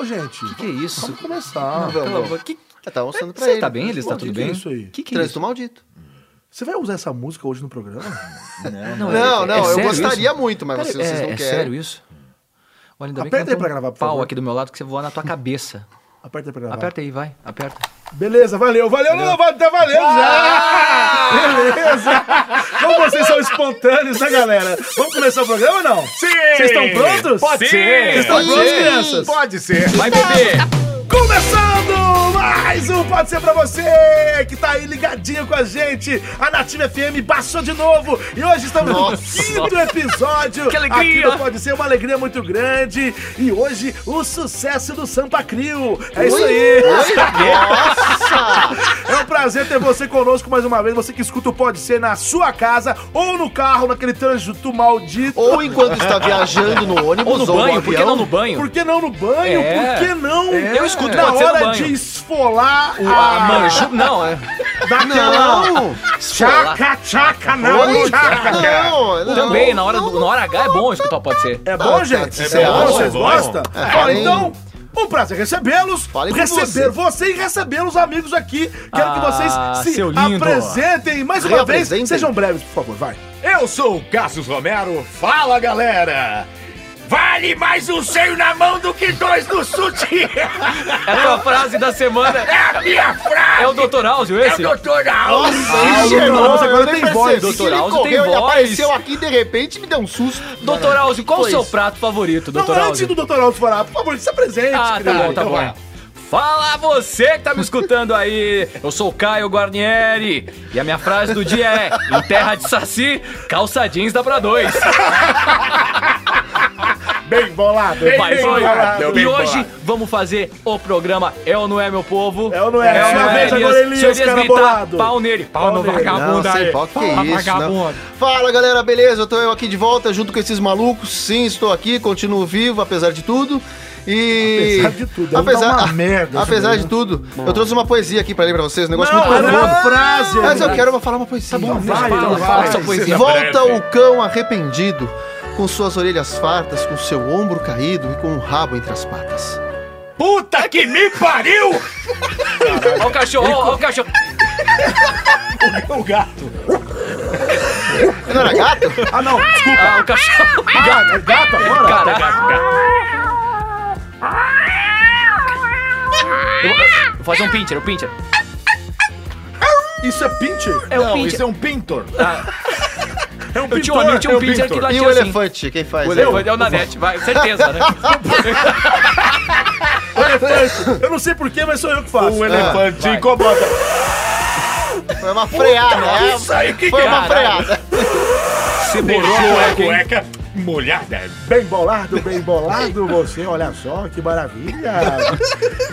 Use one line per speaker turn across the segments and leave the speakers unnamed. Ô, gente,
Que que é isso?
vamos começar.
Não,
Vamos,
calma,
vamos.
que- tá
Eu tava É, mostrando pra
Você
ele.
tá bem, Elis? Tá
Pô,
tudo
que que é
bem?
isso aí?
Que que é
Trânsito
isso?
maldito.
Você vai usar essa música hoje no programa?
Não,
Não,
é-
não,
é
eu
sério
gostaria
isso?
muito, mas
Pera-
vocês, vocês
é,
não
é
querem.
sério isso? Olha, ainda bem
Aperta
que
aí pra
não tem um
gravar, por
pau
favor.
aqui do meu lado que você voar na tua cabeça.
Aperta aí pra gravar.
Aperta aí, vai. Aperta. Ah,
Beleza, valeu, valeu, não, vai- tá valendo já! Beleza! Como vocês são espontâneos, né, galera? Vamos começar o programa ou não? Sim! Vocês estão prontos?
Pode
Sim.
ser.
Vocês estão
Pode
prontos,
ser.
crianças?
Pode ser.
Vai, bebê!
Começando mais um Pode Ser Pra Você, que tá aí ligadinho com a gente. A Nativa FM baixou de novo e hoje estamos no
Nossa.
quinto episódio.
Que alegria.
Aqui do Pode Ser, uma alegria muito grande. E hoje, o sucesso do Sampa Crio. É isso aí.
Nossa!
É um prazer ter você conosco mais uma vez. Você que escuta o Pode Ser na sua casa ou no carro, naquele trânsito maldito.
Ou enquanto está viajando no ônibus
Ou no
ou
banho,
no
por que não
avião.
no banho?
Por que não no banho?
É.
Por que não?
É. Eu escuto
na
Pode Ser no
hora
banho.
de esfolar
Ah,
a
manju... Não, é.
daquela
Não!
Tchaca, tchaca,
Tá
não,
Oi,
tchaca.
não, não.
Também, na hora, do, na hora H é bom escutar o Pode Ser.
É bom,
tá,
gente?
é
É bom,
bom,
vocês
é bom.
gostam?
É,
Ó,
falem-
então, um prazer recebê-los,
Falem com
receber você. e receber os amigos aqui. Quero que
Ah,
vocês se
seu lindo.
apresentem mais uma vez.
Reapresentem.
Sejam breves, por favor, vai.
Eu sou o Cassius Romero. Fala, galera. Vale mais um seio na mão do que dois no sutiã.
É a tua frase da semana.
É a minha frase.
É o Dr. Áudio esse?
É o Dr. Alves.
Ele
Doutor
chegou,
Alves agora
eu nem
tem voz,
percebi que
doutor
ele
Alves
correu,
tem
ele
voz.
apareceu aqui e de repente me deu um susto.
Doutor Áudio, qual o
Foi
seu
isso.
prato favorito,
Não,
Dr.
antes
Áudio?
do Dr. Alves falar, por favor, se apresente.
Ah, tá
querido.
bom, tá
Então vai.
bom. Fala você que tá me escutando aí! Eu sou o Caio Guarnieri e a minha frase do dia é: em terra de saci, calça jeans dá pra dois.
Bem bolado.
Mas
bem
olha,
bolado,
um. e
bem
hoje
bolado.
vamos fazer o programa É ou Não É, meu povo?
É ou não é?
ou
Sua vez agora, Elias,
Se o Elias
cara
gritar,
bolado.
pau nele, pau,
Pau
no
nele.
vagabundo
Não,
aí.
sem pau, que
Pau na
isso, não.
vagabunda.
Fala galera, beleza? Tô eu aqui de volta junto com esses malucos. Sim, estou aqui, continuo vivo, apesar de tudo. E.
Apesar de tudo, deve
apesar,
dar uma merda esse
apesar de
programa.
tudo, eu trouxe uma poesia aqui pra ler pra vocês, um negócio
Não,
muito
era
profundo.
uma frase.
Mas eu
Elias.
quero falar uma poesia.
Tá bom, vai,
fala,
então
fala
vai.
sua poesia.
Seja
Volta
breve.
o cão arrependido, com suas orelhas fartas, com seu ombro caído e com o rabo entre as patas.
Puta que me pariu.
Olha o cachorro, olha o cachorro.
O gato.
Não era gato?
Ah, não, desculpa.
Ah, o cachorro.
Gato, gato agora?
Caraca.
Gato, gato.
Eu vou- eu Vou fazer um pincher, um pincher.
Isso é pincher?
É um
Não,
pincher.
isso é um pintor.
É um
Eu tinha um amigo, tinha um
é um
pincher que
pintor.
E
latia
o
assim.
elefante, quem faz?
O elefante é o Nanete, vai, certeza, né?
Eu não sei porquê, mas sou eu que faço.
Um elefante incomoda.
Ah, Foi uma freada, né?
Isso aí, que
Foi
é?
uma
Caralho.
freada.
Você
Deixou a
borrou
cueca molhada.
Bem bolado, bem bolado você. Olha só, que maravilha.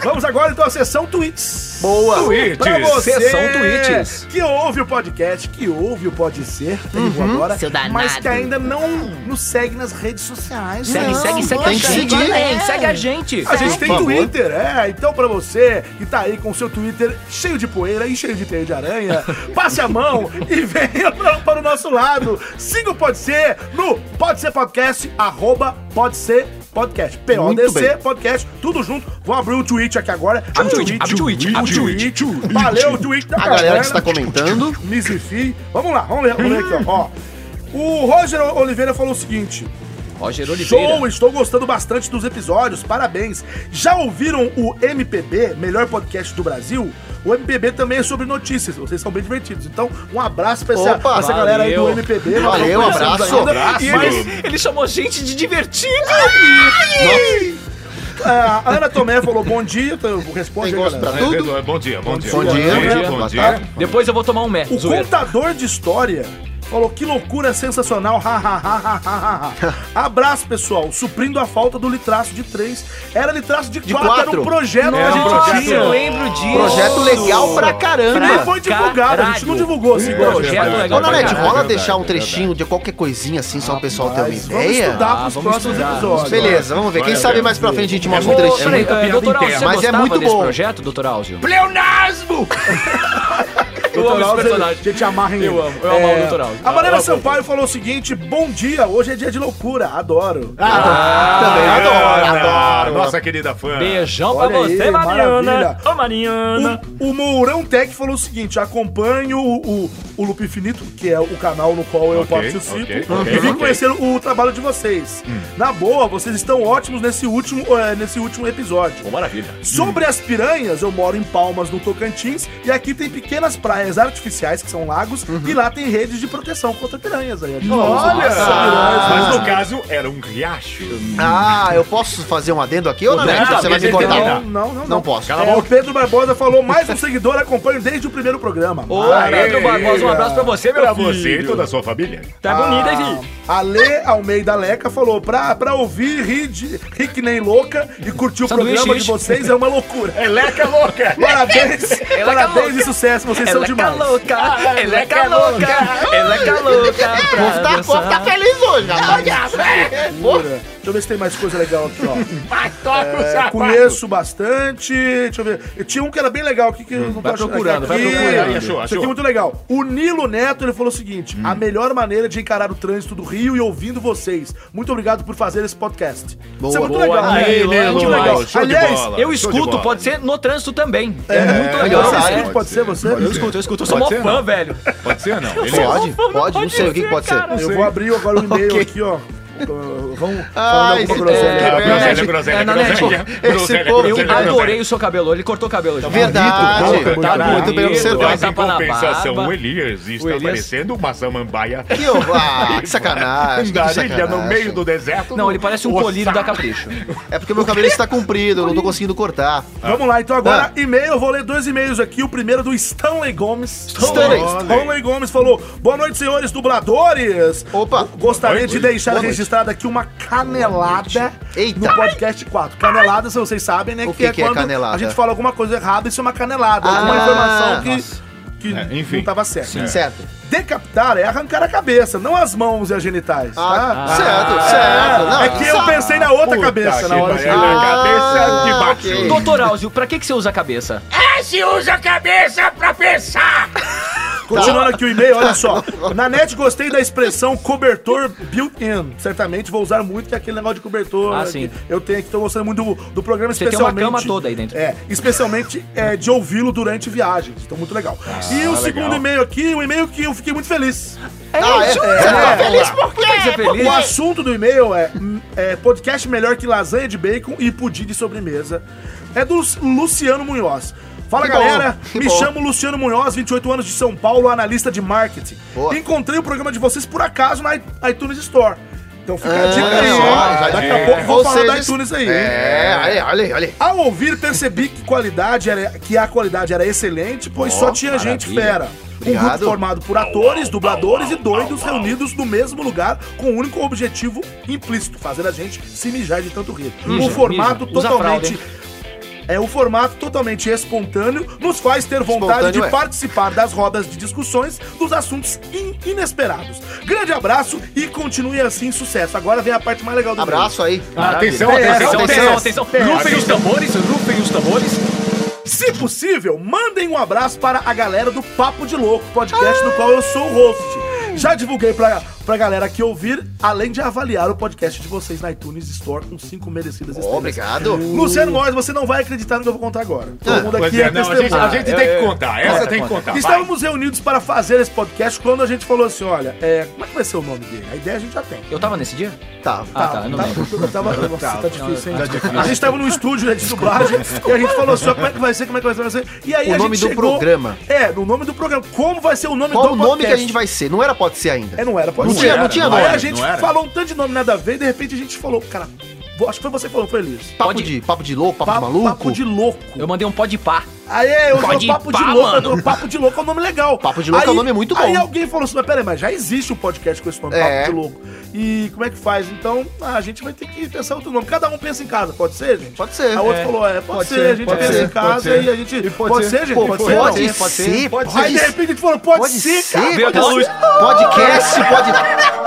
Vamos agora, então, à sessão tweets.
Boa!
Pra você
Sessão tweets.
que ouve o podcast, que ouve o Pode Ser, uhum, agora,
seu danado.
mas que ainda não nos segue nas redes sociais.
Segue,
não.
segue, segue
tem
a
que
gente.
seguir.
Tem, segue a gente.
A gente tem
Por favor.
Twitter, é. Então, pra você que tá aí com o seu Twitter cheio de poeira e cheio de teia de aranha, passe a mão e venha pra- para o nosso lado. Siga o Pode Ser no Pode Ser Podcast, arroba Pode Ser Podcast.
Muito
P-O-D-C
bem.
Podcast, tudo junto. Vou abrir o tweet aqui agora.
Abre o tweet, abre o tweet, abre o
tweet. Valeu o tweet da
A galera que
tá
está comentando.
Misifi. Vamos lá, vamos ler, vamos ler aqui, ó. Ó, O Roger Oliveira falou o seguinte.
Roger
Show, estou gostando bastante dos episódios, parabéns. Já ouviram o MPB, melhor podcast do Brasil? O MPB também é sobre notícias, vocês são bem divertidos. Então, um abraço pra essa,
Opa,
pra essa galera aí do
valeu.
MPB. nós
Valeu, um
não conhecemos
abraço.
ainda.
Abraço.
E eles-
Ele chamou a gente de divertido.
é, a Ana Tomé falou bom dia, então eu respondo aí,
Tem gosto
galera.
pra tudo.
Bom dia, bom dia.
Bom dia,
bom
boa
dia.
tarde.
Depois eu vou tomar um mé.
O
Zoeira.
contador de história falou que loucura sensacional, ha, ha, ha, ha, ha, ha, ha. Abraço, pessoal, suprindo a falta do litraço de três. Era litraço de, quatro, era um
quatro?
projeto que a
Era um
gente
projeto.
tinha.
eu É lembro disso.
Projeto legal pra
Nem
caramba.
foi divulgado, a gente não divulgou assim.
Projeto
hoje.
legal
Ô,
pra
Nanete,
caralho.
rola
Verdade,
deixar um
verdade.
trechinho de qualquer coisinha assim, só o pessoal ter uma
Mas vamos
ideia?
estudar
Ah,
pros
vamos
próximos
estudar.
episódios.
Beleza, vamos ver. Quem
Olha,
sabe
eu
mais pra frente a gente mostra
Ô,
um trechinho.
peraí,
Piada
eh, Doutor Alves,
interna.
você
Mas é
gostava
muito
desse
bom.
projeto, doutor Alves?
Pleonasmo!
Eu amo esse
Alves,
personagem.
A gente amarra em
Eu
ele. É.
amo, eu amo o Dr. Alves.
A
Eu
Mariana
amo.
Sampaio falou o
Ah,
seguinte: bom dia, hoje é dia de loucura, adoro.
Também, adoro,
Ah,
adoro.
Nossa nossa querida fã.
Beijão
Olha
pra você,
aí,
Mariana.
maravilha.
Ô, Mariana.
O, o Mourão Tech falou o seguinte: acompanho o, o, o Loop Infinito, que é o canal no qual eu
Ok,
participo,
ok,
e
ok,
vim
ok. Hum.
conhecer o trabalho de vocês. Na boa, vocês estão ótimos nesse último, eh, nesse último episódio.
Ô, maravilha.
Sobre as piranhas, eu moro em Palmas, no Tocantins, e aqui tem pequenas praias artificiais, que são lagos, e lá tem redes de proteção contra piranhas. Aí,
Olha!
piranhas,
mas
mas
no caso, era um riacho.
Ah, eu posso fazer um adendo aqui ou não?
Não,
Então você vai me
tem- tem-
não,
cortar.
não, não,
Não posso.
Cala a
É, o
boca.
Pedro Barbosa falou, mais um seguidor, acompanho desde o primeiro programa.
Ô,
Aê.
Pedro Barbosa, um abraço pra você, meu
Pra
filho.
você e toda a sua família.
Tá bonito, hein, filho?
Ah, A Lê Almeida Leca falou: pra, pra ouvir, ri, de, ri que nem louca e curtir o
Sanduíche,
programa de
ixi.
vocês é uma loucura.
Eleca louca!
Parabéns,
Ela é
parabéns
louca.
e sucesso, vocês são
Ela é
demais.
louca, ela é louca, ela é louca. pra
Vou ficar, vou
dançar.
ficar feliz hoje, rapaz.
Loucura. Deixa eu ver se tem mais coisa legal aqui, ó.
Vai, toca o
É,
sapato!
conheço bastante. Deixa eu ver. Eu tinha um que era bem legal aqui que eu não tô
vai
achando
procurando, vai
aqui.
procurando.
Achou,
Aqui. Isso aqui
achou.
é muito legal. O Nilo Neto ele falou o seguinte: a melhor maneira de encarar o trânsito do Rio e ouvindo vocês. Muito obrigado por fazer esse podcast. Isso é muito
boa,
legal.
Nilo,
Isso é muito
Nilo,
legal.
show de
Aliás,
bola.
Eu
Show de
escuto,
bola.
pode ser no trânsito também. É, muito legal.
legal.
você
Ah,
escuta,
Eu
pode ser você?
escuto, eu escuto, eu sou mó
Pode ser,
fã,
não?
velho.
Pode ser ou não? Ele é-
Pode, pode, não sei o que que pode ser.
cara.
Eu vou abrir agora o e-mail aqui, ó. Uh, Vamos falar alguma
Ai, esse
groselha.
Ah,
É,
groselha, groselha,
é,
é, não,
groselha,
não,
groselha,
esse
groselha,
povo-
Eu
groselha,
adorei o seu cabelo, ele cortou o cabelo já.
Verdade.
Muito
Tá
bom.
muito
bem observado.
Mas em
Tapa na
compensação,
barba.
o Elias está
O Elias-
parecendo uma samambaia.
Que horror. Ah, que sacanagem. Que
Andarilha
sacanagem.
no meio do deserto.
Não, ele parece um
Ossa.
colírio da capricho.
É porque meu cabelo está comprido, eu não tô conseguindo cortar.
Vamos lá, então
Tá.
agora e-mail, eu vou ler dois e-mails aqui. O primeiro é do Stanley Gomes.
Stanley.
Stanley Gomes falou: Boa noite, senhores dubladores.
Opa.
Gostaria
Oi,
de
oi.
deixar
Boa noite.
registrada aqui uma canelada
Eita.
no podcast 4. Canelada, se vocês sabem, né?
O que que é canelada?
a gente fala alguma coisa errada, isso é uma canelada.
Ah,
uma informação que,
nossa.
que
É, enfim.
não estava certa.
É.
Certo.
Decapitar é arrancar a cabeça, não as mãos e as genitais. tá?
Ah, certo, certo. Não,
é que eu
sabe.
pensei na outra
Puta
cabeça
que
na hora. de-
pariu, na cabeça é de
Ah,
baixo.
ok.
Doutor Áuzio, pra que, que você usa a cabeça?
Ah, se usa a cabeça pra pensar.
Continuando aqui o e-mail, olha só. Na net gostei da expressão cobertor built-in. Certamente vou usar muito que é aquele negócio de cobertor.
Ah,
que
sim.
Eu tenho aqui, tô gostando muito do, do programa,
Você tem uma
especialmente.
cama toda aí dentro.
É, especialmente é, de ouvi-lo durante viagens. Então, muito legal.
Ah,
e o
legal.
segundo e-mail aqui, um e-mail que eu fiquei muito feliz.
Ah, é? Você tá feliz
Por
por
que você é feliz?
O assunto do e-mail é, hum, é podcast melhor que lasanha de bacon e pudim de sobremesa. É do Luciano Munhoz. Fala
Que bom,
galera,
que
me
bom.
chamo Luciano Munhoz, 28 anos de São Paulo, analista de marketing.
Boa.
Encontrei o programa de vocês por acaso na i- iTunes Store. Então fica a
Ah,
dica aí,
só,
ó.
já
Daqui a
dica.
pouco vou falar da
Vocês-
iTunes aí. hein?
É, olha aí, olha aí, olha aí.
Ao ouvir, percebi que qualidade era que a qualidade era excelente, pois só tinha gente fera. Um
Obrigado.
grupo formado por atores, dubladores e doidos reunidos no mesmo lugar com o único objetivo implícito, fazer a gente se mijar de tanto rir.
Mija,
o formato
mija. Usa
totalmente
fralda,
é o formato totalmente espontâneo nos faz ter vontade de
Espontâneo é.
participar das rodas de discussões dos assuntos in- inesperados. Grande abraço e continue assim sucesso. Agora vem a parte mais legal do
Abraço aí.
Atenção,
Maravilha.
atenção,
Atenção, atenção,
atenção.
atenção.
PS.
Rufem os tambores, rufem os tambores.
Se possível, mandem um abraço para a galera do Papo de Louco, podcast do qual eu sou o host. Já divulguei pra, pra galera que ouvir, além de avaliar o podcast de vocês na iTunes Store com cinco merecidas estrelas.
Obrigado.
Luciano Mois, você não vai acreditar no que eu vou contar agora. Todo mundo
Pois
aqui
é,
é
não, a gente, a
testemunha.
gente
Ah,
tem
é,
que
é.
contar, essa
Conta,
tem que
conta.
contar. vai.
Estávamos reunidos para fazer esse podcast quando a gente falou assim: olha, é, como é que vai ser o nome dele? A ideia a gente já tem.
Eu tava nesse dia?
Tá.
Ah, tá, não lembro.
eu tava, nossa, tá difícil, hein? A gente tava num estúdio né, de dublagem e a gente falou assim: ó, como é que vai ser, como é que vai ser, como é que vai ser. E aí
O
a
nome
gente
do programa.
É, no nome do programa. Como vai ser o nome
Qual
Então do
o nome que a
podcast?
gente vai ser? Não era pode ser ainda.
É, não era, pode
Não
ser.
tinha- não
Era.
tinha
Aí
nome,
a gente
não era.
falou um tanto de nome nada a ver e de repente a gente falou, cara, vou- acho que foi você que falou, foi Elias.
Papo,
Pode-
de, papo de louco, papo,
Pa-
de maluco.
Papo de louco.
Eu mandei um pó de pá.
Aí eu
Pode
falei, papo
ir
de
pá,
louco,
mano.
eu- papo de louco é um nome legal.
Papo de louco é um nome muito
Aí
bom.
alguém falou assim, mas peraí, mas já existe um podcast com esse nome,
É.
papo de louco. E como é que faz? Então, a gente vai ter que pensar outro nome. Cada um pensa em casa, pode ser, gente?
Pode ser.
A outra falou, é, pode, ser, a gente
pode
pensa
ser,
em
pode
casa
ser.
e a gente...
E
pode,
pode
ser,
ser.
gente?
Pô,
pode,
pode,
ser, não?
ser, pode ser, pode
Aí de
ser.
repente a gente falou, pode,
Pode
ser,
ser,
cara.
Veio aquela
pode
luz.
ser. Podcast, pode.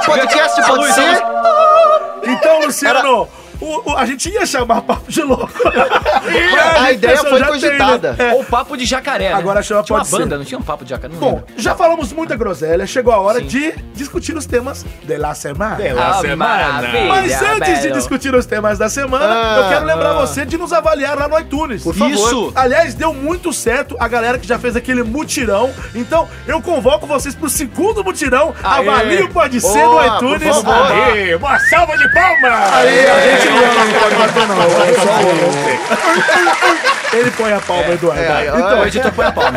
Podcast
Veio
pode
aquela
ser.
Então, Luciano, o- o- a gente ia chamar papo de louco.
A ideia
pessoa
foi
já tem, né?
cogitada.
É.
Ou papo de jacaré. né?
Agora chama
Tinha uma
Pode Ser.
banda, não tinha um papo de jacaré? Não
Bom,
lembro.
já falamos muita groselha, chegou a hora
Sim.
de discutir os temas de la semana.
Pela
Ah, maravilha.
semana.
Mas antes de
belo.
discutir os temas da semana,
Ah,
eu quero lembrar
ah.
você de nos avaliar lá no iTunes.
Por favor.
Isso. Aliás, deu muito certo a galera que já fez aquele mutirão. Então, eu convoco vocês pro segundo mutirão.
Aê.
Avalie o Pode Ser
Boa,
no iTunes.
por favor.
Aê, uma salva de palmas!
Aê, a gente não, não, não, não, não, não, não, não, não. Ele põe a palma, Eduardo.
é,
então,
Então, o editor põe a palma.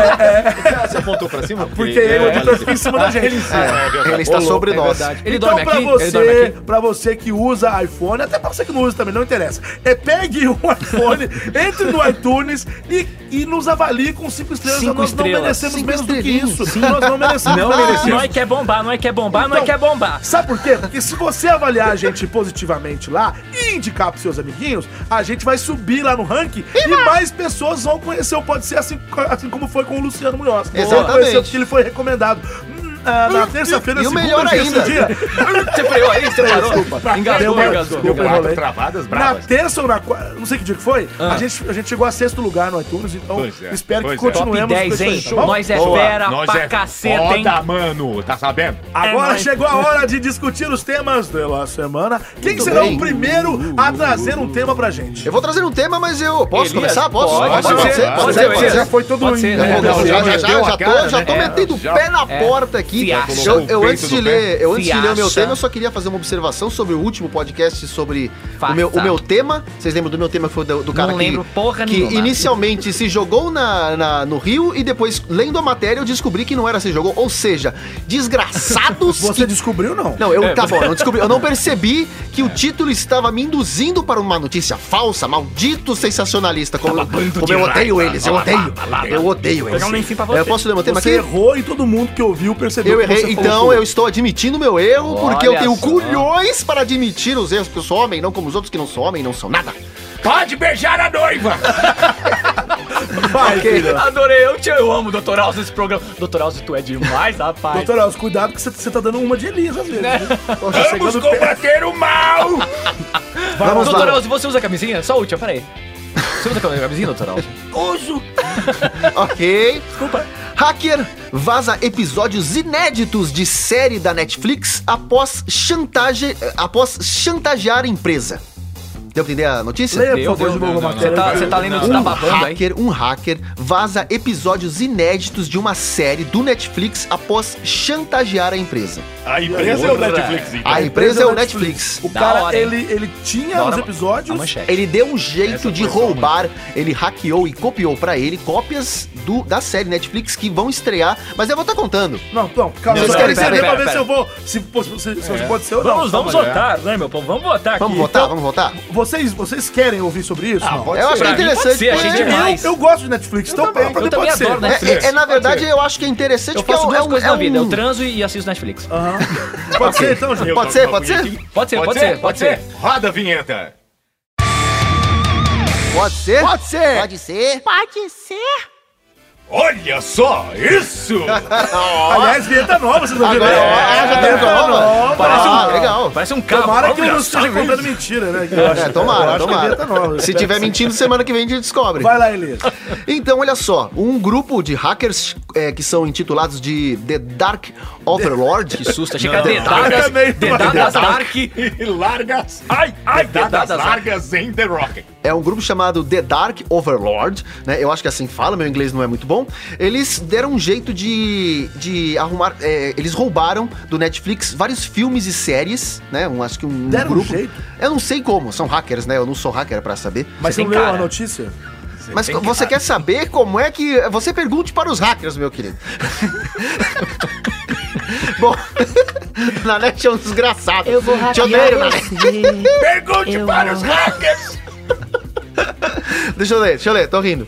Você apontou pra cima?
porque ele, é
é.
o editor fica em cima da gente.
Ele está
é
sobre nós.
Ele
então,
dorme
pra
aqui? Ele dorme
você,
aqui?
pra você que usa iPhone, até pra você que não usa também, não interessa. É, pegue um iPhone, entre no iTunes e, e nos avalie com cinco estrelas.
Cinco
nós
estrelas.
não merecemos
Cinco
menos do que
estrelinhas.
isso. Nós não merecemos
Não
nada.
mereceu. Nós quer bombar, nós quer é bombar, nós
Então,
quer bombar.
Sabe por quê? Porque se você avaliar a gente positivamente lá e indicar pros seus amiguinhos, a gente vai subir lá no ranking e, mais pessoas vão conhecer o Pode Ser, assim, co- assim como foi com o Luciano Munhoz. Vão
Exatamente.
conhecer Porque ele foi recomendado. Hum, ah, na terça-feira,
e o
segunda,
melhor
terceiro
ainda.
dia,
Você freou aí? Você parou? Engasgou,
Então, Deu-
engasgou.
deu-
engasgou.
enrolei.
Quatro travadas
Na
bravas.
terça ou na quarta, não sei que dia que foi, a, gente, a gente chegou a sexto lugar no iTunes, então
Ah. Pois é,
espero
pois
que
é.
Top
continuemos. com
10,
isso aí,
hein?
tá bom?
Nós é
Boa.
fera
Nós
pra
é
caceta, hein?
foda, mano. Tá sabendo?
Agora
nóis.
chegou a hora de discutir os temas da semana. Quem
Muito
será o
bem.
primeiro a trazer um tema pra gente?
Eu vou trazer um tema, mas eu. Posso
Elias,
começar? Posso?
Pode, pode,
Pode
ser,
ser,
pode
pode
ser,
ser,
Elias.
já foi todo
Pode ser,
indo, né?
é,
Não,
Não,
não, já,
já
já,
deu
já,
a
já
cara,
tô, já tô
né?
metendo o
Já
pé na
é.
porta aqui.
Fiacha.
Eu, eu
Colocou o
antes de
peito no
ler, eu antes de ler o meu
Fiacha.
tema, eu só queria fazer uma observação sobre o último podcast sobre
Faça.
o meu, o meu tema. Vocês lembram do meu tema que foi do, do cara que,
lembro porra
que
nenhuma.
inicialmente se jogou na, na- no Rio e depois, lendo a matéria, eu descobri que não era se jogou. Ou seja, desgraçados
Você
que
descobriu, não?
não,
É.
eu tá bom, eu descobri, eu não percebi que o título estava me induzindo para uma notícia falsa, maldito sensacionalista,
Tá
como, eu, como eu odeio eles, eu odeio, eu odeio eles.
Pegar um lencinho pra
Eu
você.
posso ler meu tema
Você
aqui?
errou e todo mundo que ouviu percebeu
Eu
que você
errei,
falou
então
tudo.
eu estou admitindo meu erro, porque eu
Olha
tenho
só.
culhões para admitir os erros, porque eu sou homem, não como os outros que não são homem, não são nada.
Pode beijar a noiva!
Vai, filho.
Adorei, eu te eu amo, Dr. Alves, esse programa. Dr. Alves, tu é demais, rapaz.
Doutor Alves, cuidado que você- você tá dando uma de Elias às vezes. né?
Tô já
Vamos
chegando perto.
combater o mal!
Vamos lá.
Doutor Alves, você usa camisinha? Só a última, peraí. Você usa camisinha, Dr. Alves?
Ok. Desculpa. Hacker vaza episódios inéditos de série da Netflix após chantagem, eh, após chantagear empresa. Deu pra entender a notícia?
Leia,
Deu,
por favor,
deu,
de novo a
deu, não,
matéria.
não, não.
Eu-
Você tá lendo, você
Um
tá babando aí.
hacker, um hacker vaza episódios inéditos de uma série do Netflix após chantagear a empresa.
A empresa é o Netflix, então.
A empresa é o Netflix.
O
Da
cara,
hora, hein?
ele, ele tinha
Da
os
hora, A
episódios.
Tá manchete.
Ele deu um jeito
Essa
de
foi
roubar, ele hackeou e copiou pra ele cópias do, da série Netflix que vão estrear, mas eu vou estar contando.
Não, não, calma,
Não,
vocês
não,
querem
pera,
saber
pera,
pra ver
pera. É.
se eu vou. Se, se, se- se pode ser ou não.
Vamos, vamos
Calma aí.
votar, né, meu povo? Vamos votar
Vamos
aqui. Então,
votar, vamos votar?
Vocês, vocês querem ouvir sobre isso? não?
pode
Eu acho
ser.
Ah, pode
interessante.
ser, achei
porque-
demais.
Eu, eu gosto de Netflix, então
também,
pra mim
eu também
pode ser.
adoro, né?
É, é- é, na verdade, eu acho que é interessante
Eu
porque é
faço
um.
duas
é um-
coisas
é
na
um-
vida, eu transo e assisto Netflix.
Aham. Pode ser então, gente.
Pode
Eu
ser,
toco
pode ser?
vinhetinha.
Ah. Pode ser, pode ser, pode ser.
Roda a vinheta.
Pode ser? Pode ser! Pode ser!
Pode ser?
Olha só isso!
Aliás, vinheta nova, vocês não viram?
Agora, ó, já tem
vinheta
nova.
nova.
Ah, legal.
Parece um carro.
Tomara que eu não
Olha
esteja
só
contando mentira, né? que eu acho.
É,
Eu
tomara,
acho que é vinheta
tomara.
nova.
Se tiver mentindo, semana que vem a gente descobre.
Vai lá, Elias.
Então, olha só, um grupo de hackers é, que são intitulados de The Dark Overlord.
Que susto, achei que era
Não,
eu
dedadas,
também tô-
dedadas dark.
E largas.
Ai, ai,
Dadas
dedadas largas.
largas em The Rock.
É um grupo chamado The Dark Overlord, né? Eu acho que assim fala, meu inglês não é muito bom. Eles deram um jeito de, de arrumar. é, eles roubaram do Netflix vários filmes e séries, né? Um, acho que um
Deram um
grupo.
jeito?
Eu não sei como, são hackers, né? Eu não sou hacker pra saber.
Mas você
tem
não leu a
cara.
notícia?
Mas
tem que-
você quer saber como é que. Você pergunte para os hackers, meu querido. Bom, na net é um desgraçado.
Eu vou
Te
hackear
odeio, Nanete.
você.
Pergunte
Eu
para
amo.
os hackers!
Deixa eu ler, deixa eu ler, tô rindo.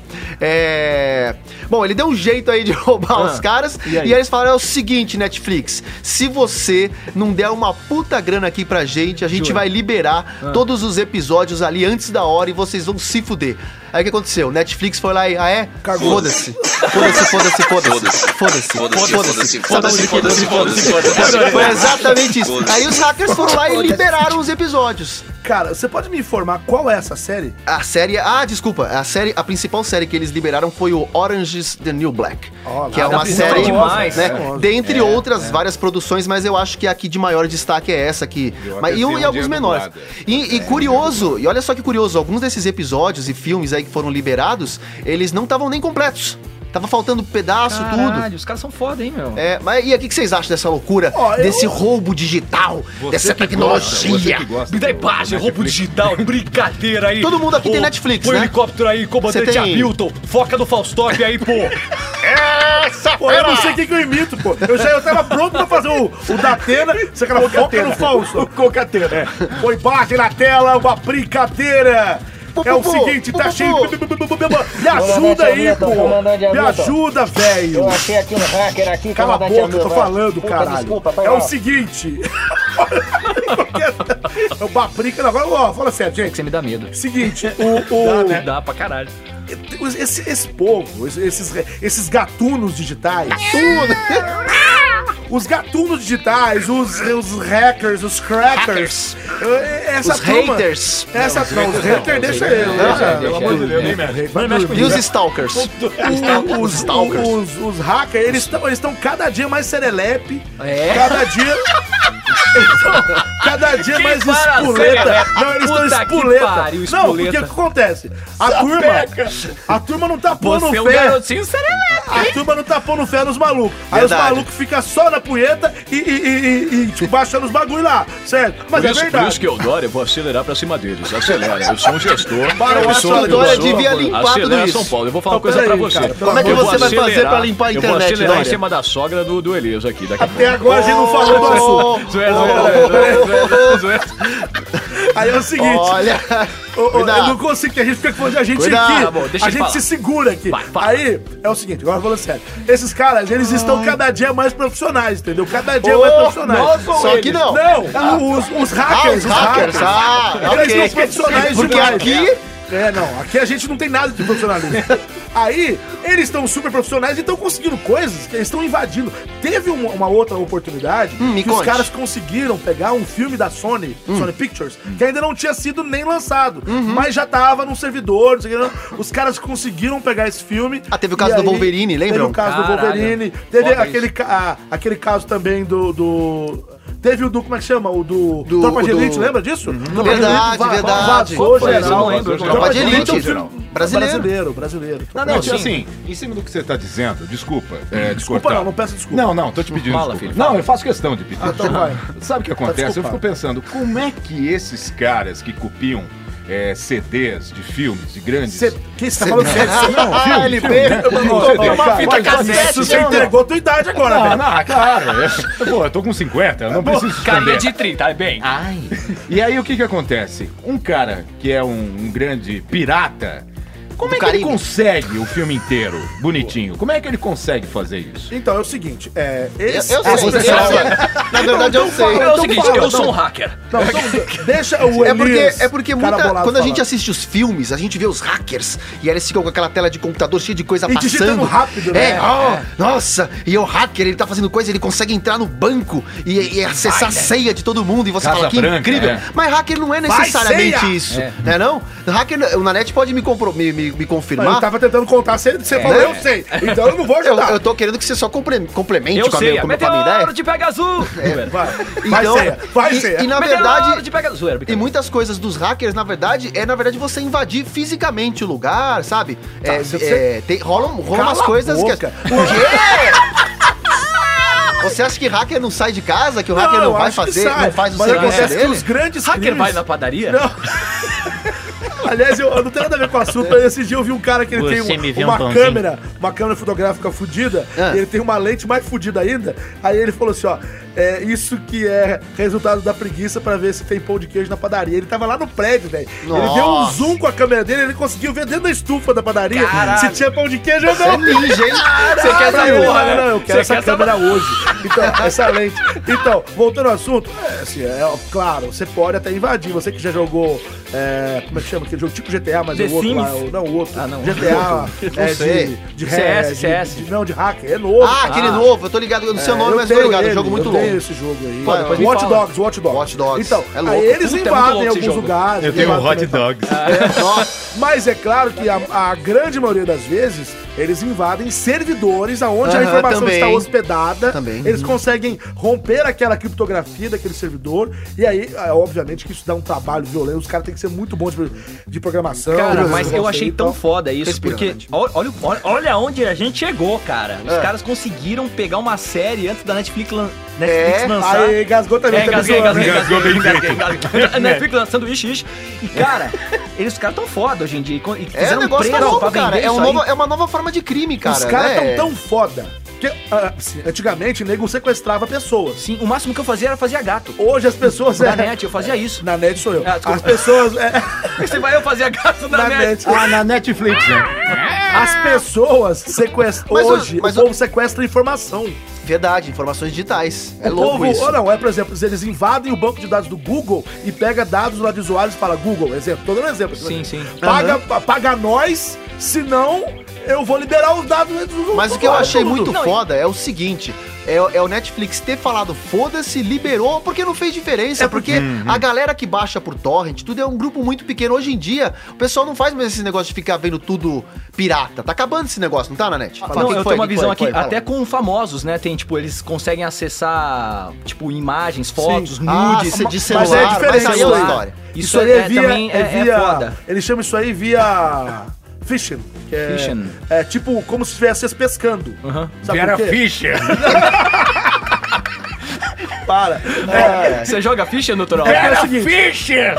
É... Bom, ele deu um jeito aí de roubar os caras. Ah, E aí? eles falaram: é o seguinte, Netflix. Se você não der uma puta grana aqui pra gente, a gente vai liberar todos os episódios ali antes da hora e vocês vão se fuder. Aí o que aconteceu? Netflix foi lá e. Ah, é?
Cagou.
Foda-se. Foda-se, foda-se, foda-se. Foda-se.
Foda-se, foda-se, foda-se, foda-se, foda-se,
Sabe,
foda-se.
Foi exatamente isso.
Foda-se.
Aí os hackers foram lá e liberaram os episódios.
Cara, você pode me informar qual é essa série?
A série. Ah, desculpa. A série, a principal série que eles liberaram foi o Orange is the New Black.
Ó,
que é
lá,
uma
tá
série.
demais,
né,
é.
Dentre outras várias produções, mas eu acho que a que de maior destaque é essa aqui.
Eu
Mas, e, um-
até sei
e
onde
alguns
é
menores.
dublada.
E, e curioso, e olha só que curioso, alguns desses episódios e filmes aí que foram liberados, eles não estavam nem completos. Tava faltando um pedaço, tudo.
os caras são foda, hein, meu?
É, mas e aí, o que que vocês acham dessa loucura?
Ó, eu-
Desse roubo digital, dessa tecnologia?
Me dá imagem, roubo é digital, brincadeira aí.
Todo mundo aqui tem
Ô,
Netflix,
põe
né?
o helicóptero aí, comandante
Cê tem-
Hamilton. Foca no Faustop aí, pô.
Pô, eu não sei o que, que eu imito, pô. Eu já eu tava pronto pra fazer o, o da Atena, você acabou foca no falso.
Cocateira. É.
Põe bate na tela uma brincadeira.
Pô,
É o
pô,
seguinte,
pô,
tá
pô,
cheio.
pô.
Me ajuda aí, pô. Me ajuda, velho.
Eu achei aqui um hacker aqui,
Cala a boca,
comandante
eu
Hamilton.
tô falando,
Puta,
caralho.
Desculpa, foi
é o
mal.
seguinte. é o baprica. Agora, ó, fala sério, gente.
Você me dá medo.
Seguinte, o. o-
Dá né? pra caralho.
esse, esse povo, esse- esses, esses gatunos digitais. Os gatunos digitais, os, os hackers, os crackers. eh, Essa
Os
turma-
haters.
Essa não, os haters deixa eu. deixa eu.
Pelo amor de Deus, nem merda.
E
é.
os stalkers?
O- Os, os, os hackers, eles estão eles tão cada dia mais serelepe.
É.
Cada dia. eles tão cada dia
Que
mais
para
espuleta.
serelepe.
Não, eles estão
Puta que
espuleta.
pariu,
não, porque o que
espuleta.
acontece? A turma. A turma não tá pondo
Você é um
fé.
garotinho serelepe.
A turma não tá pondo fé nos malucos. Aí os
Verdade.
malucos ficam só na punheta e, e, e- e- e, tipo, baixando os bagulho lá, certo? Mas é verdade.
eu adoro, eu vou acelerar pra cima deles. Acelera, eu sou um gestor.
Para, eu acho
sou
que
um Dória devia
loucura.
limpar tudo isso.
Paulo, eu vou falar uma
Então,
coisa pra
peraí,
você.
cara, pelo
Como é que
Eu vou
você vai fazer
acelerar-
pra limpar a
Eu vou
internet,
acelerar em
Dória?
cima da sogra do, do Elias aqui. Daqui a pouco.
Até agora a gente não falou do assunto.
Zoeira,
Oh,
zoeira, zoeira, zoeira, zoeira.
Aí é o seguinte.
Olha.
Ô, ô, eu
cuidado.
não consigo, que a gente fica falando de a gente
Cuidado,
aqui.
amor, deixa
a
ele
gente
falar.
se segura aqui.
Vai, fala.
Aí, é o seguinte, agora falando sério. Esses caras, eles estão cada dia mais profissionais, entendeu? Cada dia mais profissionais.
Só que Ah. não.
Não, os, os
Ah,
hackers,
os hackers. Ah,
Eles
ok.
são profissionais
Porque
demais.
aqui-
É, não. Aqui a gente não tem nada de profissionalismo. Aí, eles estão super profissionais e estão conseguindo coisas que eles estão invadindo. Teve um, uma, uma outra oportunidade
Hum, me
que os
conte. Hum.
caras conseguiram pegar um filme da Sony, Sony Pictures, que ainda não tinha sido nem lançado,
Uhum.
mas já tava num servidor, não sei o que, não. os caras conseguiram pegar esse filme.
Ah, teve
e
o caso do Wolverine, lembram?
Teve o caso do
Caralho.
Wolverine, teve
Foda
aquele, ca- ah, aquele caso também do... do- Teve o do, como é que chama? O do,
Do-
Tropa de
o do- Uhum.
Elite, lembra disso? Tropa de
Verdade,
Elite va- va-
verdade.
Vazou,
Opa, eu
geral.
não lembro.
Tropa de Elite.
é um filme
Brasileiro.
Brasileiro, brasileiro.
Não, não,
sim.
assim, em cima do que você tá dizendo, desculpa. É,
Desculpa não, não peço desculpa.
Não, não, tô te pedindo
Fala,
desculpa.
filho,
não, eu faço questão de pedir.
Ah, então vai.
Sabe o que acontece? eu
desculpado.
fico pensando, como é que esses caras que copiam é, CDs de filmes, de grandes...
Cê, que você tá falando sério? Você não.
Ah, ele
Uma fita cassete. Você entregou a tua idade agora,
Ah,
velho.
não, claro. é- Pô, eu tô com 50, eu não preciso
Carinha
esconder.
de 30, é bem.
Ah.
Ai. E aí o que que acontece? Um cara que é um, um grande pirata, como
Do
é que
Caribe.
ele consegue o filme inteiro bonitinho? Como é que ele consegue fazer isso?
Então, é o seguinte, é...
Eu, eu
Esse,
sei, eu sei.
esse pessoal-
Na verdade, eu sei. Então
É o seguinte,
fala,
eu sou
não.
um hacker.
Não, então, deixa o
É porque,
Elias,
é porque
cara
muita,
bolado,
quando a gente
falar.
assiste os filmes, a gente vê os hackers e aí eles ficam com aquela tela de computador cheia de coisa
E digitando
passando.
rápido, né?
É, ó, nossa, e o hacker, ele tá fazendo coisa, ele consegue entrar no banco e, e acessar a ceia de todo mundo e você
Casa
fala que
Branca,
incrível.
é.
Mas hacker não é necessariamente
ceia!
isso, né não? Hacker, o Nanete pode me, compro- me- me- me confirmar.
Eu tava tentando contar, você, você falou, eu sei. Então eu não vou
Eu,
ajudar.
eu tô querendo que você só compre- complemente
Eu
com a
sei,
minha,
é
com a minha
meteoro
ideia.
de pega azul.
Vai, vai
Então,
ser, vai
e-
ser.
E na
Meteoro
verdade,
de pega azul.
E muitas coisas dos hackers, na verdade, é na verdade você invadir fisicamente o lugar, sabe? É,
você-
é, tem- rolam, rolam
Cala
umas
a
coisas que.
boca.
O quê? Você acha que hacker não sai de casa? Que o hacker não,
eu
vai
acho que
fazer,
sai,
não faz o
Mas
serviço
acontece que
dele?
os grandes
Hacker vai
crimes-
na padaria?
Aliás, eu, eu não tenho nada a ver com o assunto, mas esse dia eu vi um cara que ele tem um- uma câmera, uma câmera fotográfica fudida,
Ah.
e ele tem uma lente mais fudida ainda. Aí ele falou assim, ó, É, isso que é resultado da preguiça pra ver se tem pão de queijo na padaria. Ele tava lá no prédio, velho. Ele
Nossa.
deu um zoom com a câmera dele, ele conseguiu ver dentro da estufa da padaria
Caralho.
se tinha pão de queijo ou não.
Ninja, hein?
Você quer essa
Não,
porra,
não,
né?
não, eu quero
Você
essa
quer essa-
câmera hoje. Então, essa lente. Então, voltando ao assunto, é, assim, é, ó, claro, você pode até invadir. Você que já jogou, é, como é que chama aquele jogo? Tipo GTA, mas
The
é o outro lá.
Sims?
o- Não, o outro.
Ah, não.
GTA,
Não
é,
sei.
de, de,
CS,
de-
CS.
de- não, de hacker, é novo.
Ah, aquele
Ah.
novo, eu tô ligado, eu não sei o nome,
eu
mas eu tô
tenho
ligado, é um
ele,
jogo muito
eu tenho
longo.
esse jogo aí.
Pô, depois
me
Watch
fala.
Dogs, Watch Dogs.
Watch Dogs.
Então,
É louco.
aí eles
Puta, é muito louco
invadem
esse
alguns
jogo.
lugares. né?
Eu tenho um
invadem
hot
também.
dogs.
Mas é claro que a, a grande maioria das vezes eles invadem servidores aonde a
Aham,
informação
também.
está hospedada.
Também. Uhum.
Eles conseguem romper aquela criptografia daquele servidor. E aí, é, obviamente, que isso dá um trabalho violento. Os caras têm que ser muito bons de, de programação.
Cara,
de
mas eu
negócio
achei
e
tão
tal.
foda isso,
Respira,
porque
Nath.
olha, olha, olha- olha onde a gente chegou, cara. Os
É.
caras conseguiram pegar uma série antes da Netflix, lan- Netflix
É,
lançar.
Aí, gasgou também.
É,
tá
engasguei,
zoando,
engasguei,
né?
engasguei, engasguei, engasguei. Netflix lançando sanduíche, ixi. E, cara, eles, os caras tão foda hoje em dia. E co- E
É um
fizeram um
negócio
preço
tá louco,
pra vender
cara. É,
isso
um
aí.
novo- é uma nova forma de crime, cara.
Os caras
né?
estão tão foda. Porque ah, assim, antigamente, nego sequestrava pessoas.
Sim, o máximo que eu fazia era fazia gato.
Hoje as pessoas...
Na
é-
net, eu fazia isso.
Na net sou eu.
Ah, desculpa.
as pessoas... é-
Você vai eu fazia gato na,
na
net.
net.
Ah, na Netflix, né?
As pessoas sequestram.
Mas o-
Hoje,
mas
o
o-
povo sequestra informação.
Verdade, informações digitais. É
o
louco
povo,
isso.
ou não, é, por exemplo, eles invadem o banco de dados do Google e pega dados lá de usuários e fala, Google, exemplo, tô dando um exemplo.
Sim, sim.
Paga, pa- paga nós, senão eu vou liberar os dados do
Mas o que eu achei muito
Não, e-
foda é o seguinte: é, é o Netflix ter falado foda-se, liberou, porque não fez diferença.
É
porque a galera que baixa por torrent, tudo é um grupo muito pequeno. Hoje em dia, o pessoal não faz mais esse negócio de ficar vendo tudo pirata. Tá acabando esse negócio, não tá, Nanete? Fala,
Ah, não,
quem
eu
foi,
tenho uma
quem
visão
foi,
aqui,
quem foi?
até com famosos, né? Tem, tipo, eles conseguem acessar, tipo, imagens, fotos,
Ah,
nudes.
de, de
mas
celular,
é diferente,
né,
Mas aí é outra
celular.
história.
Isso, aí é via.
também é,
é
é
via
foda.
Ele chama isso aí via. Fishing. que é-
Fishing.
É tipo como se estivesse pescando.
Aham.
Sabe
Vera
por quê?
Fischer.
Para.
É.
Você joga ficha, doutor?
É, é o
Vera
seguinte,
Fischer!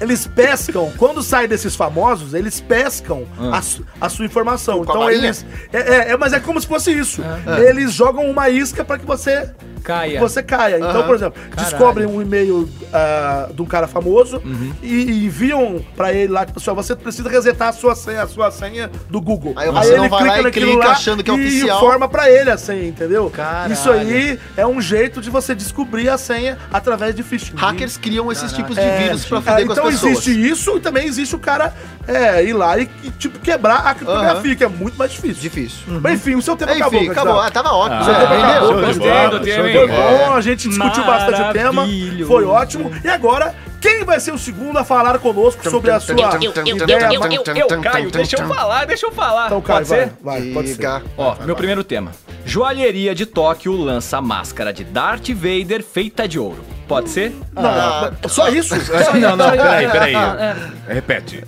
Eles pescam, quando saem desses famosos, eles pescam
Ah.
a, su- a sua informação.
Com a
Então
balinha.
eles. É, é- é, mas é como se fosse isso. É. Eles jogam uma isca pra que você
Ah. Caia.
você caia. Então,
Aham.
por exemplo,
Caralho. Uhum.
descobrem um e-mail ah, de um cara famoso e, e enviam pra ele lá, tipo assim, ó, você precisa resetar a sua senha, a sua senha do Google.
Aí você não vai lá e
naquilo
clica achando que é
e
oficial.
forma pra ele a senha, entendeu?
Caralho.
Isso aí é um jeito de você descobrir a senha através de phishing.
Hackers criam esses tipos de
É,
vírus pra
é,
foder com as
então
pessoas.
existe isso e também existe o cara é, ir lá e, e, tipo quebrar a criptografia, que é muito mais difícil.
Difícil.
Mas enfim, o seu tempo acabou.
Enfim, acabou.
Castelo.
Ah, tava ótimo.
Ah,
já
acabou,
rendeu.
acabou.
Gostei
bola,
do
show
tema,
de
Foi
hein?
bom, a gente discutiu bastante o tema.
Maravilhoso.
Foi ótimo. E agora, quem vai ser o segundo a falar conosco sobre a sua.
eu, eu,
Eu, eu, eu, eu, Caio, deixa eu falar, deixa eu falar.
Então,
Pode
Caio,
ser?
vai, vai, pode ser.
Diga.
Ó, meu primeiro tema. Joalheria de Tóquio lança máscara de Darth Vader feita de ouro. Pode ser?
Ah,
Só isso?
Não, não, peraí, peraí. É, Repete.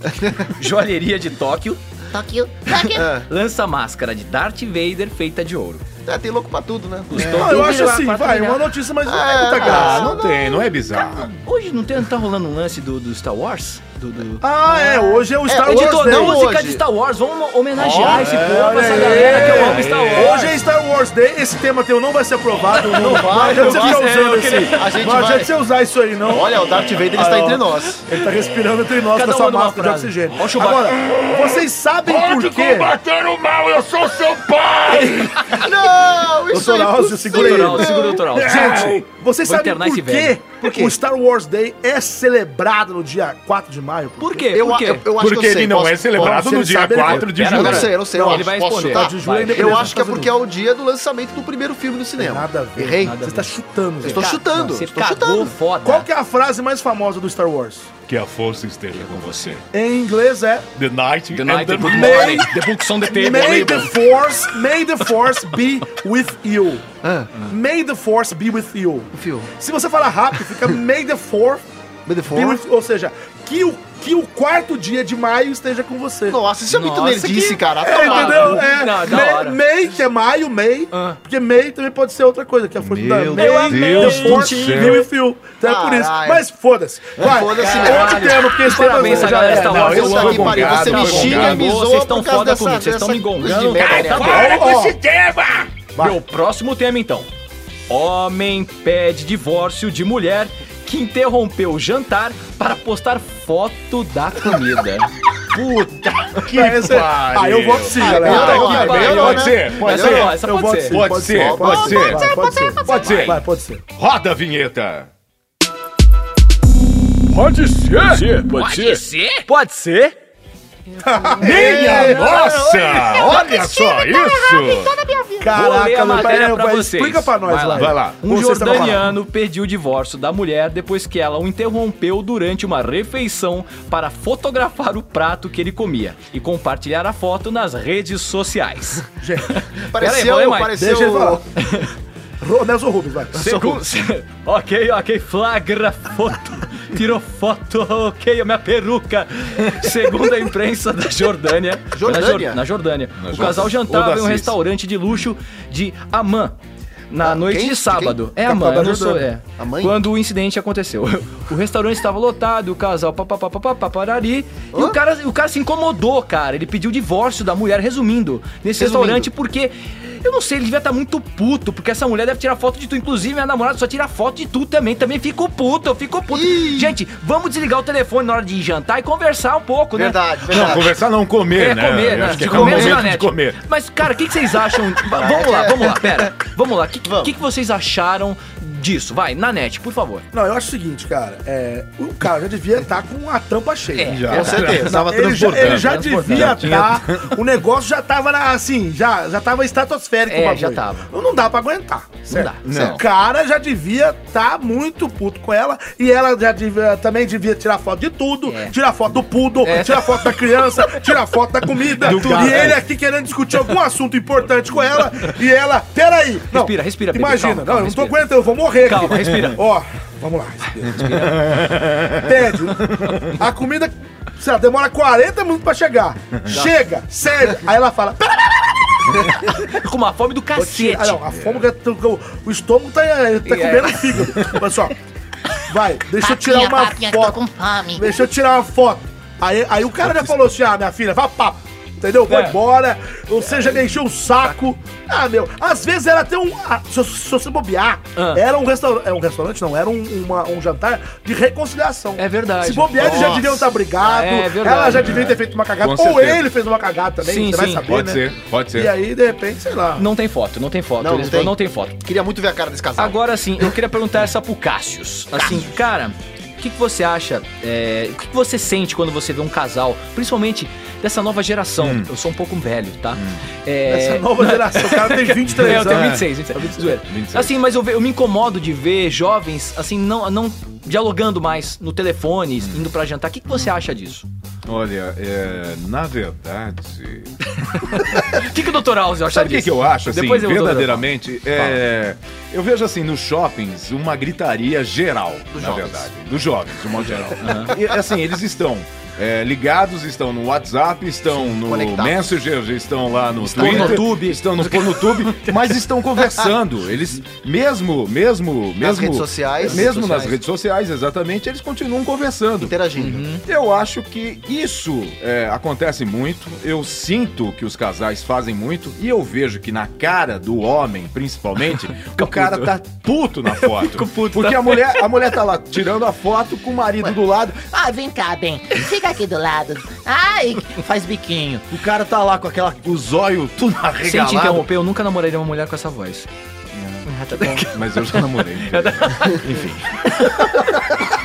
Joalheria de Tóquio
Tóquio, Tóquio.
lança máscara de Darth Vader feita de ouro.
é, tem louco pra tudo, né?
Custou
Não, eu
tudo
acho
lá,
assim,
quatro
vai,
reais.
uma notícia, mas não é
Ah,
muita
Ah,
graça.
não tem, não é bizarro.
Hoje não, tem, não tá rolando um lance do, do Star Wars? Do, do...
Ah, é, hoje é o Star
hoje
Wars
Editor,
Day.
não música
hoje.
de Star Wars, vamos homenagear Ah, esse povo,
olha
essa
aí.
galera que eu amo Star Wars.
Hoje é Star Wars Day, esse tema teu não vai ser aprovado. Não,
vai,
não adianta
não
você ficar
vai. É,
usando
eu
esse.
queria- a gente
Não adianta
vai.
você usar isso aí, não.
Olha, o Darth Vader ele está entre nós.
Ele tá respirando entre nós
Cada
com essa
um numa
máscara de
frase.
oxigênio.
Ó o Chewbacca.
Agora, vocês sabem
Pode
por quê?
combater o mal, eu sou seu pai!
Não, isso
Doutor Áudio, segura aí.
é Doutor Alves, segura o Doutor Alves.
Gente, vocês
Vou
sabem
internar
por
esse velho.
quê? Porque o Star Wars Day é celebrado no dia 4 de maio?
Por quê?
Eu,
Por
eu,
quê?
eu, acho
Porque
que eu sei.
ele não
posso-
é celebrado
posso-
no
se
dia
ele sabe, ele
4 de
pode.
Eu não
julho.
sei, eu não sei.
Não,
eu
ele
acho.
vai
Posso
responder.
chutar?
De julho
Vai.
ainda
Eu
Eu
Beleza,
acho que é
tá
porque é o dia do lançamento do primeiro filme no
Tem
cinema.
Nada a ver.
Errei?
Você tá chutando,
estou
velho.
chutando,
Você
estou
cagou
chutando.
foda.
Qual que é a frase mais famosa do Star Wars?
Que a força esteja com você.
Em inglês é
The night
The
and
night, é
the
the good
morning.
morning, the books on the table,
May the
label.
Force, May the Force be with you.
Ah,
May the Force be with you.
fio.
Se você falar rápido, fica May the Force
Be the
be
Four.
with Ou seja, que o, que o quarto dia de maio esteja com você.
Nossa, isso é muito
Nossa,
nerdice,
que-
cara.
É,
Tomado.
entendeu? É.
Não, da hora.
May, May, que é maio, May.
Ah.
Porque May também pode ser outra coisa, que é a fruta da
Meu
May.
Deus
the
do
fourth,
céu.
May with you. Então é por isso.
Caralho.
Mas foda-se. Vai.
Foda-se,
Outro
Caralho.
tema, porque esse
Parabéns
tema
a galera
já
tá Então,
Star
é.
Wars.
não,
eu
isso
amo
aqui, pariu,
você me
gongado,
xinga,
gongado.
me zoa
Vocês
por
estão
causa
foda
dessa-
comigo, vocês
dessa
estão me
coisa de
gongando.
merda,
cara,
né?
tá bom.
Para
ó.
com esse tema!
Vai.
Meu próximo tema, então. Homem pede divórcio de mulher que interrompeu o jantar para postar foto da comida. Puta
Que
Esse- Ah, eu vou sim, galera.
eu não,
Puta que
eu
pariu,
não,
Pode
né?
ser,
é
pode
Melhorou,
ser.
essa
Eu
pode
voto
ser.
sim,
Pode ser, pode ser.
vai, Pode ser,
Pode ser.
Vai, pode ser.
Roda a vinheta.
Pode ser.
Pode ser? Pode ser? É.
Minha nossa! Olha só isso!
Vou ler
Caraca,
a
meu
matéria
pai,
pra
vai,
vocês.
explica pra nós
Vai lá.
Vai lá.
Um
Vocês
tá
estavam
jordaniano pediu o divórcio da mulher depois que ela o interrompeu durante uma refeição para fotografar o prato que ele comia e compartilhar a foto nas redes sociais. Pera aí, vou ler
Pareceu,
mais.
pareceu...
Deixa ele falar. Ro- Nelson Rubens, vai.
Segu- ok, ok, flagra foto. Tirou foto, ok, a minha peruca. Segundo a imprensa da Jordânia.
Jordânia?
Na, Jor- na Jordânia. o casal
Ou da
jantava em um
Cis.
restaurante de luxo de Amman. Na noite
Ah, quem?
de
De
sábado.
quem?
é Amman,
Capital
eu
da
não sou.
Jordânia.
É.
Amman?
Quando o incidente aconteceu. O restaurante estava lotado, o casal papapapapaparari. E o cara, o cara se incomodou, cara. Ele pediu o divórcio da mulher, resumindo. Nesse
Resumindo.
restaurante, porque. Eu não sei, ele devia estar muito puto, porque essa mulher deve tirar foto de tu. Inclusive, minha namorada só tira foto de tu também. Também fico puto, eu fico puto.
Ih.
Gente, vamos desligar o telefone na hora de jantar e conversar um pouco, né?
Verdade,
Não,
verdade.
conversar não, comer,
É
né?
comer,
Eu
né?
Acho que
De
é o
comer na
momento de
net.
comer.
Mas, cara, o que, que vocês acham? Va- vamos lá, vamos lá, pera. Vamos lá, o que, que- que, que vocês acharam disso? Vai, na net, por favor.
Não, eu acho o seguinte, cara. É, o cara já devia estar com a tampa cheia.
É,
Já.
Com certeza. Tava
Ele já, ele já
transportando.
devia
Já tinha-
estar. o negócio já tava na- assim, já, já tava estratosférico
É,
o bagulho. Então
já tava.
Não, não dá pra aguentar. certo?
dá.
O cara já devia estar muito puto com ela. E ela já devia- também devia tirar foto de tudo:
É.
tirar foto do poodle,
É.
tirar foto da criança, tirar foto da comida.
Do
e
gato.
ele aqui querendo discutir algum assunto importante com ela. E ela, peraí. Não,
Respira, respira, bebê,
Imagina,
calma,
não,
calma,
eu não tô
respira.
aguentando, Então, eu vou morrer
Calma, respira.
Ó, vamos lá. Respira, Tédio. A comida, sei lá, demora 40 minutos pra chegar. Chega, serve. Aí ela fala. "Pera,
Com uma fome do cacete.
Ah, não, a fome que eu tô- o estômago tá, tá
É.
comendo fígado. Olha só. Vai, deixa eu tirar
Papinha,
uma
papinha, tô com
foto.
fome.
Deixa eu tirar uma foto. Aí, aí o cara já falou assim: ah, minha filha, vá papo. Entendeu? Vai
É.
embora. Você já deixou o saco. Ah, meu. Às vezes era até um. ah, se, se você bobear,
Ah.
era um restaurante. É um restaurante, não. Era um, uma- um jantar de reconciliação.
É verdade.
Se bobear, eles já deviam estar brigados.
É verdade,
ela já
é.
devia ter feito uma cagada.
Com
Ou
certeza.
ele fez uma cagada também. você
Sim, sim.
vai saber.
Pode
né?
ser, pode
E
ser.
aí, de repente, sei lá.
Não tem foto, não tem foto.
Não,
Eles
não
falam,
tem.
não tem foto.
Queria muito ver a cara desse casal.
Agora sim, eu queria perguntar essa pro Cássius. Assim, cara, o que, que você acha? é, o que, que você sente quando você vê um casal, principalmente dessa nova geração?
Hum.
Eu sou um pouco velho, tá? É,
Essa nova geração, o cara tem 23
é,
anos.
eu tenho 26, 26, zoeira.
26.
Assim, mas eu, ve- eu me incomodo de ver jovens, assim, não, não dialogando mais no telefone,
Hum.
indo pra jantar. O que, que você acha disso?
Olha, é, na verdade.
O que, que o Dr. House acha
Sabe o que,
disso?
que eu acho, assim,
Depois eu dou-
verdadeiramente? É, eu vejo, assim, nos shoppings, uma gritaria geral, na
jovens.
verdade. Dos jovens, de modo geral. E, assim, eles estão... é, ligados, estão no WhatsApp, estão no
conectados.
Messenger, estão lá no
no
Twitter,
YouTube.
estão no Pornotube, mas estão conversando. Eles, mesmo, mesmo, mesmo...
redes sociais.
Mesmo nas
Sociais.
redes sociais, exatamente, eles continuam conversando.
Interagindo.
Eu acho que isso é, acontece muito. Eu sinto que os casais fazem muito. E eu vejo que na cara do homem, principalmente, o cara tá puto na foto. porque a, mulher, a mulher tá lá tirando a foto com o marido do lado.
Ah, vem cá, bem. Fica aqui do lado. Ai, faz biquinho.
O cara tá lá com aquela, os olhos tudo
Sem te
arregalado.
interromper, eu nunca namoraria uma mulher com essa voz.
Mas eu já namorei. entendeu?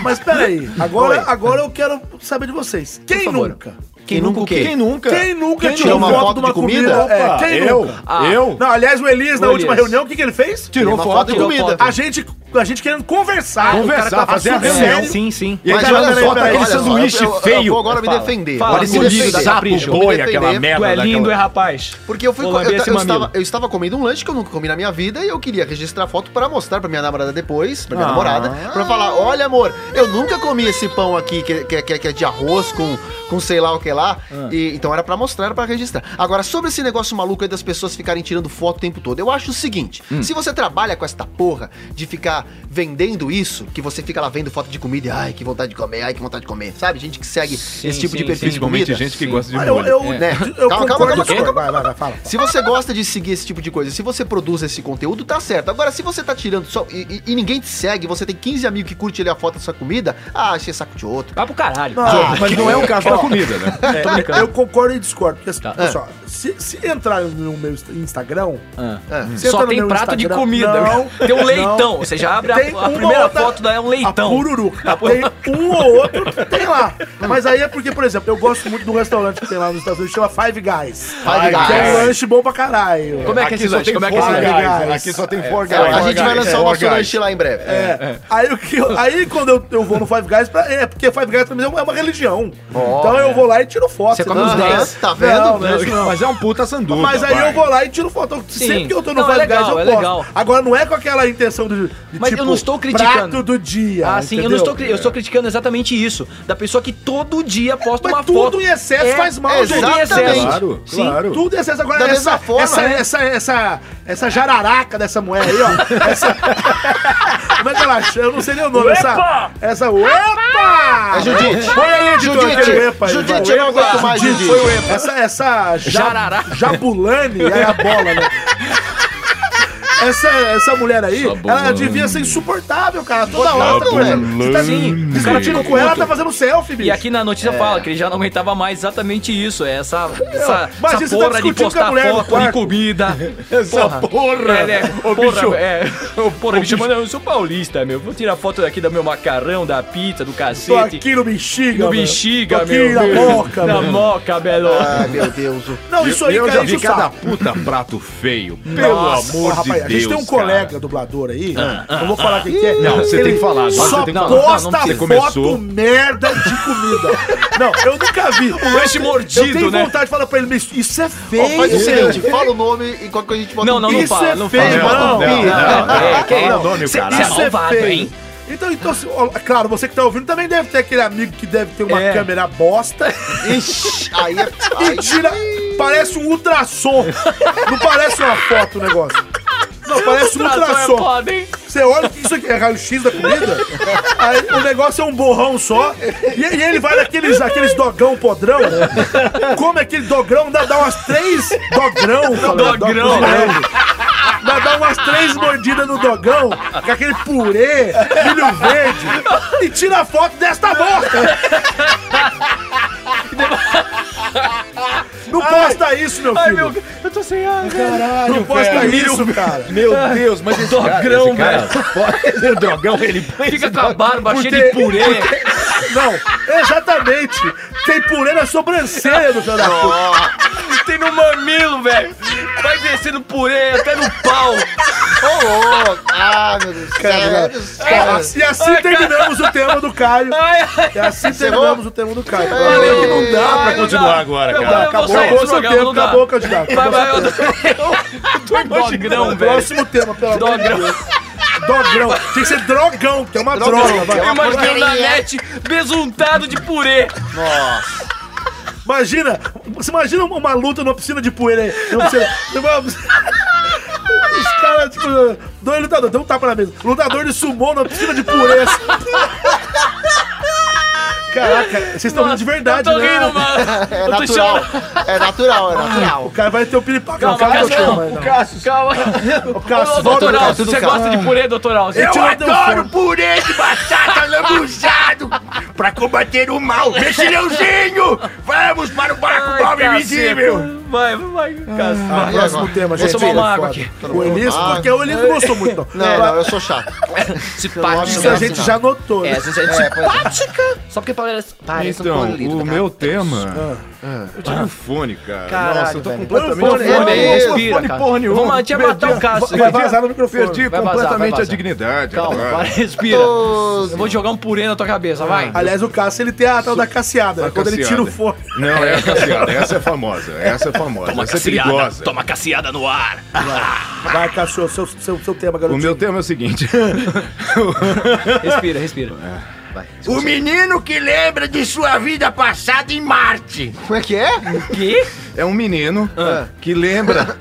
Mas peraí, agora, agora eu quero saber de vocês. Quem
favor.
nunca?
Quem nunca o quê?
Quem nunca?
Quem nunca
Quem
tirou uma
nunca? Uma
foto
foto
de uma
de
comida?
comida?
É,
Opa,
quem
eu,
nunca?
Ah.
eu.
Não, aliás, o Elias, na
O
última
Elias.
reunião, o que, que ele fez?
Tirou
Uma
foto,
foto
e
tirou
comida.
foto.
A gente, a gente querendo conversar.
Conversar, fazer a
assunto
reunião.
sério.
É, Sim, sim.
E aí,
Mas
cara,
olha
peraí,
só,
peraí,
olha
aquele
só,
sanduíche
eu- eu-
feio.
Eu vou agora me
Fala.
defender.
Fala,
Agora eu vou
seu
me
lixo,
defender.
sapo
Eu vou me
boi, aquela
defender,
merda
Tu é
daquela-
lindo, é rapaz.
Porque eu fui
Vou
co-
lamber
eu, ta-
esse
eu
mamilo.
estava, eu estava comendo um lanche que eu nunca comi na minha vida e eu queria registrar foto pra mostrar pra minha namorada depois, pra minha
Ah.
namorada, pra falar: olha, amor, eu nunca comi esse pão aqui que, que- que- que é de arroz com, com sei lá o que lá.
Ah.
E, então era pra mostrar, era pra registrar. Agora, sobre esse negócio maluco aí das pessoas ficarem tirando foto o tempo todo, eu acho o seguinte:
Hum.
se você trabalha com esta porra de ficar vendendo isso, que você fica lá vendo foto de comida e ai, que vontade de comer, ai, que vontade de comer, sabe? Gente que segue esse tipo de
sim,
perfil de
Principalmente
comida.
gente que gosta de
Olha, eu,
molho.
eu,
É.
eu
Calma, calma,
concordo
calma,
com
calma.
você. Vai, vai, vai, fala.
Se você gosta de seguir esse tipo de coisa, se você produz esse conteúdo, tá certo. Agora, se você tá tirando só e, e- e ninguém te segue, você tem 15 amigos que curte ali a foto da sua comida, ah, achei saco de outro.
Vai pro caralho.
Ah,
Mas não é o caso da comida, né?
É, eu concordo e discordo. Porque, assim,
Tá.
olha só, se, se entrar no meu Instagram.
Ah.
Ah.
se entrar
Só
no
tem
meu
prato de
Instagram-
comida.
Não,
tem um leitão.
não.
Você já abre a,
Tem
a
uma
primeira
outra-
foto, daí é um
A
leitão.
pururuca. Tem um ou outro que tem lá. Mas aí é porque, por exemplo, eu gosto muito de um restaurante que tem lá nos Estados Unidos, chama Five Guys.
Five
Que é um
Guys.
lanche bom pra caralho.
Como é que é
Aqui
esse
só
lanche?
tem
Como é que é esse
Four
lanche?
Guys. Aqui só tem Four Guys.
a gente vai lançar o nosso
Four Guys.
lanche lá em breve.
É. Aí, o que eu- aí quando eu, eu vou no Five Guys, pra- é porque Five Guys pra mim é uma, é uma religião. então eu vou lá e tiro foto.
Você come
entendeu?
uns
Aham,
10.
Tá vendo?
Não, não é isso não.
Mas é um puta sanduba.
Mas aí
vai.
eu vou lá e tiro foto. Então, Sempre
Sim.
que eu tô no
Não, é
Five Guys,
legal,
eu
é
posto.
legal.
Agora, não é com aquela intenção de, de tipo,
Mas eu não estou criticando.
prato do dia,
Ah, sim, eu, não
entendeu?
estou, cri- eu estou criticando exatamente isso. Da pessoa que todo dia posta
Mas
uma
tudo
foto.
em excesso
É,
faz mal,
é,
gente.
Tudo em excesso.
Claro,
sim.
claro.
Tudo é excesso agora.
Da
essa,
mesma forma,
essa,
né?
essa, essa, essa jararaca dessa mulher aí, ó. Essa- Como é que ela chama? Eu não sei nem o nome. Essa. Essa. Epa!
É Judite.
Põe aí, editor,
Judite,
aquele epa aí,
Judite,
vai.
eu não aguento mais, Judite. Foi o Epa.
Essa, essa ja-
Jararaca.
Jabulani é a bola, né? Essa, essa mulher aí, ela devia ser insuportável, cara. Toda hora, velho. Você tá assim, os caras tiram com ela, tá fazendo selfie, bicho.
E aqui na
É.
notícia fala que ele já não aguentava mais exatamente isso. É essa, essa,
mas
essa
isso tá
porra de
discutindo com a
postar
mulher no
foto de
quarto.
comida.
Essa porra.
É, né?
Ô,
porra,
bicho.
é. Porra, ele chamando, eu sou paulista, meu. Vou tirar foto daqui do meu macarrão, da pizza, do
Tô
cacete.
aqui no bexiga,
no
velho.
bexiga,
Tô aqui
meu.
na boca,
Na
mano.
moca, belo.
Ai, meu Deus.
Não, isso aí,
eu
cara,
já
enche
vi
o
cada
saco.
puta prato feio. Pelo
Nossa,
amor
Ó, rapaz, a
de Deus.
gente tem um
cara. Ah,
colega dublador aí, não vou falar quem que é.
Não, você
ele
tem que falar, agora
Só
você tem que falar.
posta
Não, não
precisa.
foto
Começou.
merda de comida. não, eu nunca vi.
Um
O
lanche mordido,
Eu tenho
né?
vontade de falar pra ele, mas isso é feio.
Ó, faz o
gente.
seguinte, fala o nome e qualquer coisa a gente bota um
Não, não, não
Isso
fala,
é
não
feio,
fala.
mano.
Não, não, não,
Não,
não.
é, que
Fala
é
o nome,
Cê-
caralho.
cê
Isso é
malvado,
feio.
hein?
Então, então, se- ó, claro, você que tá ouvindo também deve ter aquele amigo que deve ter uma
É.
câmera bosta
Ixi, aí é...
e
aí-
tira. Parece um ultrassom. Não parece uma foto o negócio. Não, parece um
Ultrassom é
ultrassom.
foda, hein?
Você olha que isso aqui é raio-x da comida, aí o negócio é um borrão só, e, e ele vai naqueles aqueles dogão podrão, come aquele dogrão, dá, dá umas três dogrão, falando,
Dogrão.
dogrão, velho. Dá, dá umas três mordidas no dogão, com aquele purê, milho verde, e tira a foto desta boca. Não posta isso, meu filho.
Ai, meu... Eu tô sem ar, velho.
Não posta isso, cara.
Meu Deus, mas esse
Dogrão,
cara, esse cara, Ah, velho. O drogão, ele
Fica com a barba
Porque-
cheia de purê.
Não, exatamente. Tem purê na sobrancelha do cara.
Tem no mamilo, velho. Vai descendo purê até no pau.
é Ah, meu Deus. Sério, sério.
E assim terminamos o tema do Caio.
Ai, ai.
E assim terminamos o tema do Caio.
Valeu.
Valeu que não dá pra
Ai, não
continuar.
continuar agora,
Não
cara.
dá, eu vou
Acabou,
sair
acabou
desse
seu
programa,
tempo,
não dá.
acabou, candidato.
Vai, vai, eu
Dogrão,
Dogrão, velho.
Próximo tema, pelo amor de
Dogrão.
Deus. Dogrão. Tinha que ser drogão, que é uma
Drogão,
droga. vai.
que é uma-
Imagina o
porcaria.
Nanete besuntado de purê.
Imagina, você imagina uma luta numa piscina de poeira aí. Numa piscina, numa- Os caras, tipo, dois lutadores, deu um tapa na mesa. Lutador de sumô numa piscina de pureza. Caraca, vocês estão rindo de verdade,
Eu tô
né?
rindo, mano.
É
eu tô
natural.
chorando.
É natural, é natural.
O cara vai ter o piripaque. Não,
Calma,
calma,
Cássio,
calma,
não.
não.
Cássio, calma.
O Cássio,
Ô,
volta,
doutoral,
Cássio,
você
tudo
gosta de purê, doutoral? Você
Eu
tira-
adoro purê de batata lambuzado pra combater o mal. Mexilhãozinho! Vamos para o barco
Ai,
mal
caceta.
invisível!
Vai, vai, Cássio. vai.
Próximo
agora?
tema,
Vou
gente.
tomar uma água
Foda.
aqui. É.
O Elias,
Ah.
porque o Elias não gostou muito, não.
Não, não, eu sou chato.
Simpático.
Isso a gente já notou, né?
É, você é simpática. Só porque parece,
tá,
parece
Então,
um polido,
o
cara.
meu tema. Eu tive um fone, cara.
Caralho,
Nossa, eu tô
velho.
Põe
completamente.
o fone,
Eu não
põe,
tenho
respira,
fone
cara.
porra nenhuma.
Vamos lá, tinha
Perdi
matar o
a-
Cássio.
perdi a-
Vai vazar no microfone.
Perdi
Vai vazar, vai
completamente
vazar.
a dignidade.
Calma,
cara.
vai, respira. Eu vou jogar um purê na tua cabeça, vai.
Aliás, o Cássio, ele tem a tal da casseada. né? Quando ele tira o
Casseada.
fone.
Tá Não, é a casseada. Essa é famosa. Essa é famosa. essa é perigosa.
Toma caciada no ar.
Vai, Cássio, seu, seu, seu tema,
O
garotinho.
meu tema é o seguinte.
Respira, respira.
Vai.
O menino que lembra de sua vida passada em Marte.
Como é que é?
Que?
É um menino que lembra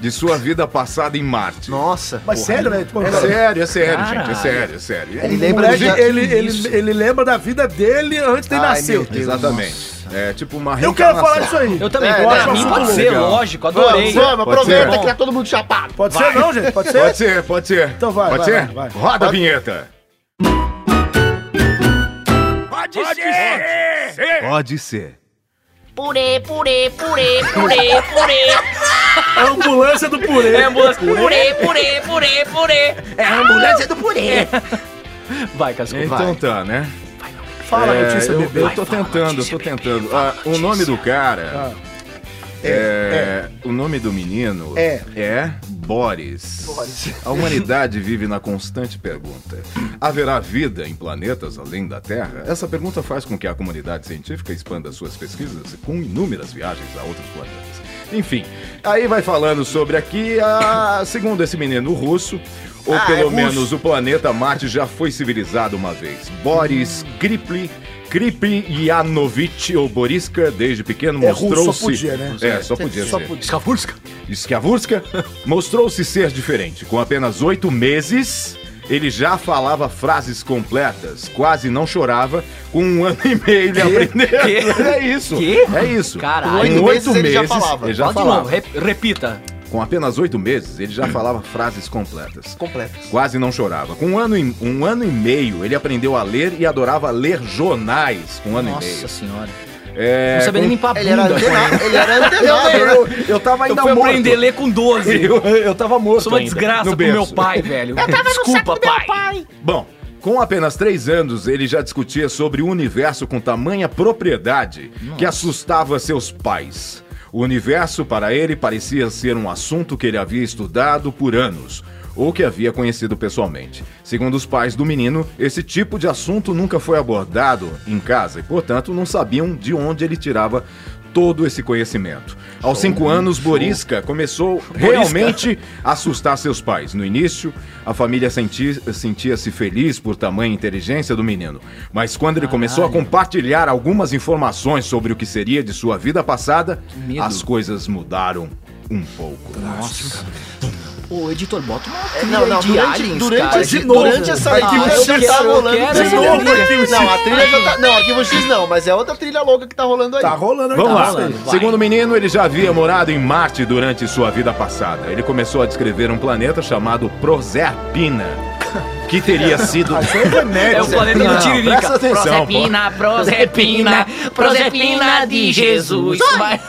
de sua vida passada em Marte.
Nossa.
Mas sério, né? Tipo,
É
cara,
sério, é sério,
Caralho.
gente. É sério, é sério.
Ele
o
lembra
moleque,
já-
ele, ele, ele lembra da vida dele antes de
Ai,
nascer.
meu Deus.
Exatamente. É tipo uma
Eu quero
reencarnação.
falar disso aí.
Eu também,
É,
é,
é,
pra mim
assunto
pode ser,
legal.
lógico, adorei.
Vamos, vamos,
Pode
aproveita
ser?
que tá todo mundo chapado.
Pode ser não, gente? Pode ser?
Pode ser, pode ser.
Então vai,
Pode
vai,
ser?
vai, vai.
Roda a vinheta.
Pode, ser.
Pode ser.
Purê, purê, purê, purê, purê.
A ambulância do purê.
É, moço.
Purê, purê, purê, purê.
É a ambulância do purê.
Vai, Cascudo.
Então tá, né?
Fala,
É,
notícia,
eu,
bebê.
eu tô tentando, eu tô tentando. Ah, o nome do
Tá.
cara. É, O nome do menino
É.
Boris. A humanidade vive na constante pergunta: haverá vida em planetas além da Terra? Essa pergunta faz com que a comunidade científica expanda suas pesquisas com inúmeras viagens a outros planetas. Enfim, aí vai falando sobre aqui, a, segundo esse menino russo, ou
Ah, é
pelo
russo.
menos o planeta Marte já foi civilizado uma vez. Boris Kripli. Kriplianovich ou Boriska, desde pequeno,
É russo,
mostrou-se.
só podia, né?
É, só podia
Só
ser.
podia.
Schiavurska mostrou-se ser diferente. Com apenas oito meses, ele já falava frases completas, quase não chorava. Com um ano e meio ele aprendeu.
Quê?
É isso.
Quê?
É isso.
Caralho.
Com
Oito
oito meses,
meses ele já
ele
Fala
falava.
já falava.
de novo, rep- repita.
Com apenas oito meses, ele já falava frases completas.
Completas.
Quase não chorava. Com um ano, e, um ano e meio, ele aprendeu a ler e adorava ler jornais. Com um ano e meio.
Nossa senhora.
É,
não sabia
com-
nem limpar a bunda.
Ele era
é.
antenado, ele era antenado, né?
Eu, eu tava
Eu
ainda
fui
morto.
aprender a ler com 12.
Eu, eu tava morto
Sou uma
ainda,
desgraça
no
pro meu
berço.
pai, velho. Desculpa, pai.
Bom, com apenas três anos, ele já discutia sobre o universo com tamanha propriedade que assustava seus pais. O universo, para ele, parecia ser um assunto que ele havia estudado por anos, ou que havia conhecido pessoalmente. Segundo os pais do menino, esse tipo de assunto nunca foi abordado em casa e, portanto, não sabiam de onde ele tirava todo esse conhecimento. Aos cinco anos, Borisca começou realmente a assustar seus pais. No início, a família senti- sentia-se feliz por tamanha inteligência do menino. Mas quando ele começou a compartilhar algumas informações sobre o que seria de sua vida passada,
medo.
as coisas mudaram um pouco.
Ô, editor, bota uma
Não, não, durante, durante,
cara.
esse-
De novo.
durante essa
Ah, eu
entrevista
quero,
tá
eu
rolando
quero
de
essa
novo
trilha.
Arquivo X. Não, a trilha já tá. Não, Arquivo X não, mas é outra trilha louca que tá rolando aí.
Tá rolando
Vamos lá.
Tá rolando.
vai.
Segundo o menino, ele já havia morado em Marte durante sua vida passada. Ele começou a descrever um planeta chamado Proserpina, que teria sido
É o planeta do Tiririca.
Presta atenção, pô.
Prosepina, prosepina, prosepina de Jesus. Vai.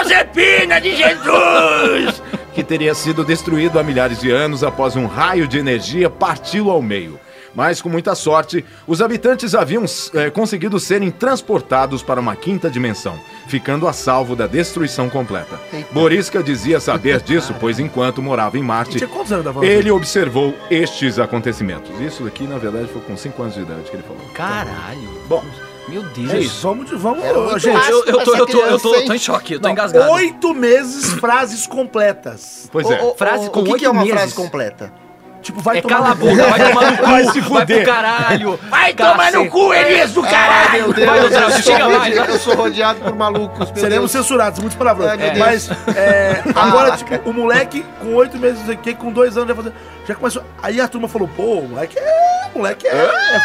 Prosepina de Jesus.
que teria sido destruído há milhares de anos após um raio de energia parti-lo ao meio. Mas, com muita sorte, os habitantes haviam eh, conseguido serem transportados para uma quinta dimensão, ficando a salvo da destruição completa. Borisca dizia saber disso, pois enquanto morava em Marte,
é
Tinha quantos anos da Wanda?
ele observou estes acontecimentos. Isso daqui, na verdade, foi com 5 anos de idade que ele falou.
Caralho.
Bom,
Meu
É
Deus.
isso. Vamos, de- vamos,
Era muito
gente.
fácil.
Eu, eu, tô, eu, tô, eu, tô,
Essa
eu tô em choque, eu tô
Não,
engasgado.
Oito meses, frases completas.
pois
Ô,
é.
ô, ô,
Frase com
o que, que
oito
é uma
meses.
frase completa?
Tipo, vai
É
tomar
cala a
no cu.
boca, vai tomar no cu,
Vai
vai
se
pro
fuder.
caralho.
Vai tomar no
Cacete. É.
cu, Elias do
Ai,
caralho.
meu Deus,
Vai,
eu,
Lutrão,
sou
chega
rode-
mais, vai.
eu sou rodeado por malucos. meu
Seremos
Deus.
censurados, muitos palavrões.
Ai, meu
É.
Deus.
Mas é, agora,
Caraca.
tipo, o moleque com oito meses aqui, com dois anos, já, fazia- já começou. Aí a turma falou, pô, o moleque é. O moleque é. É,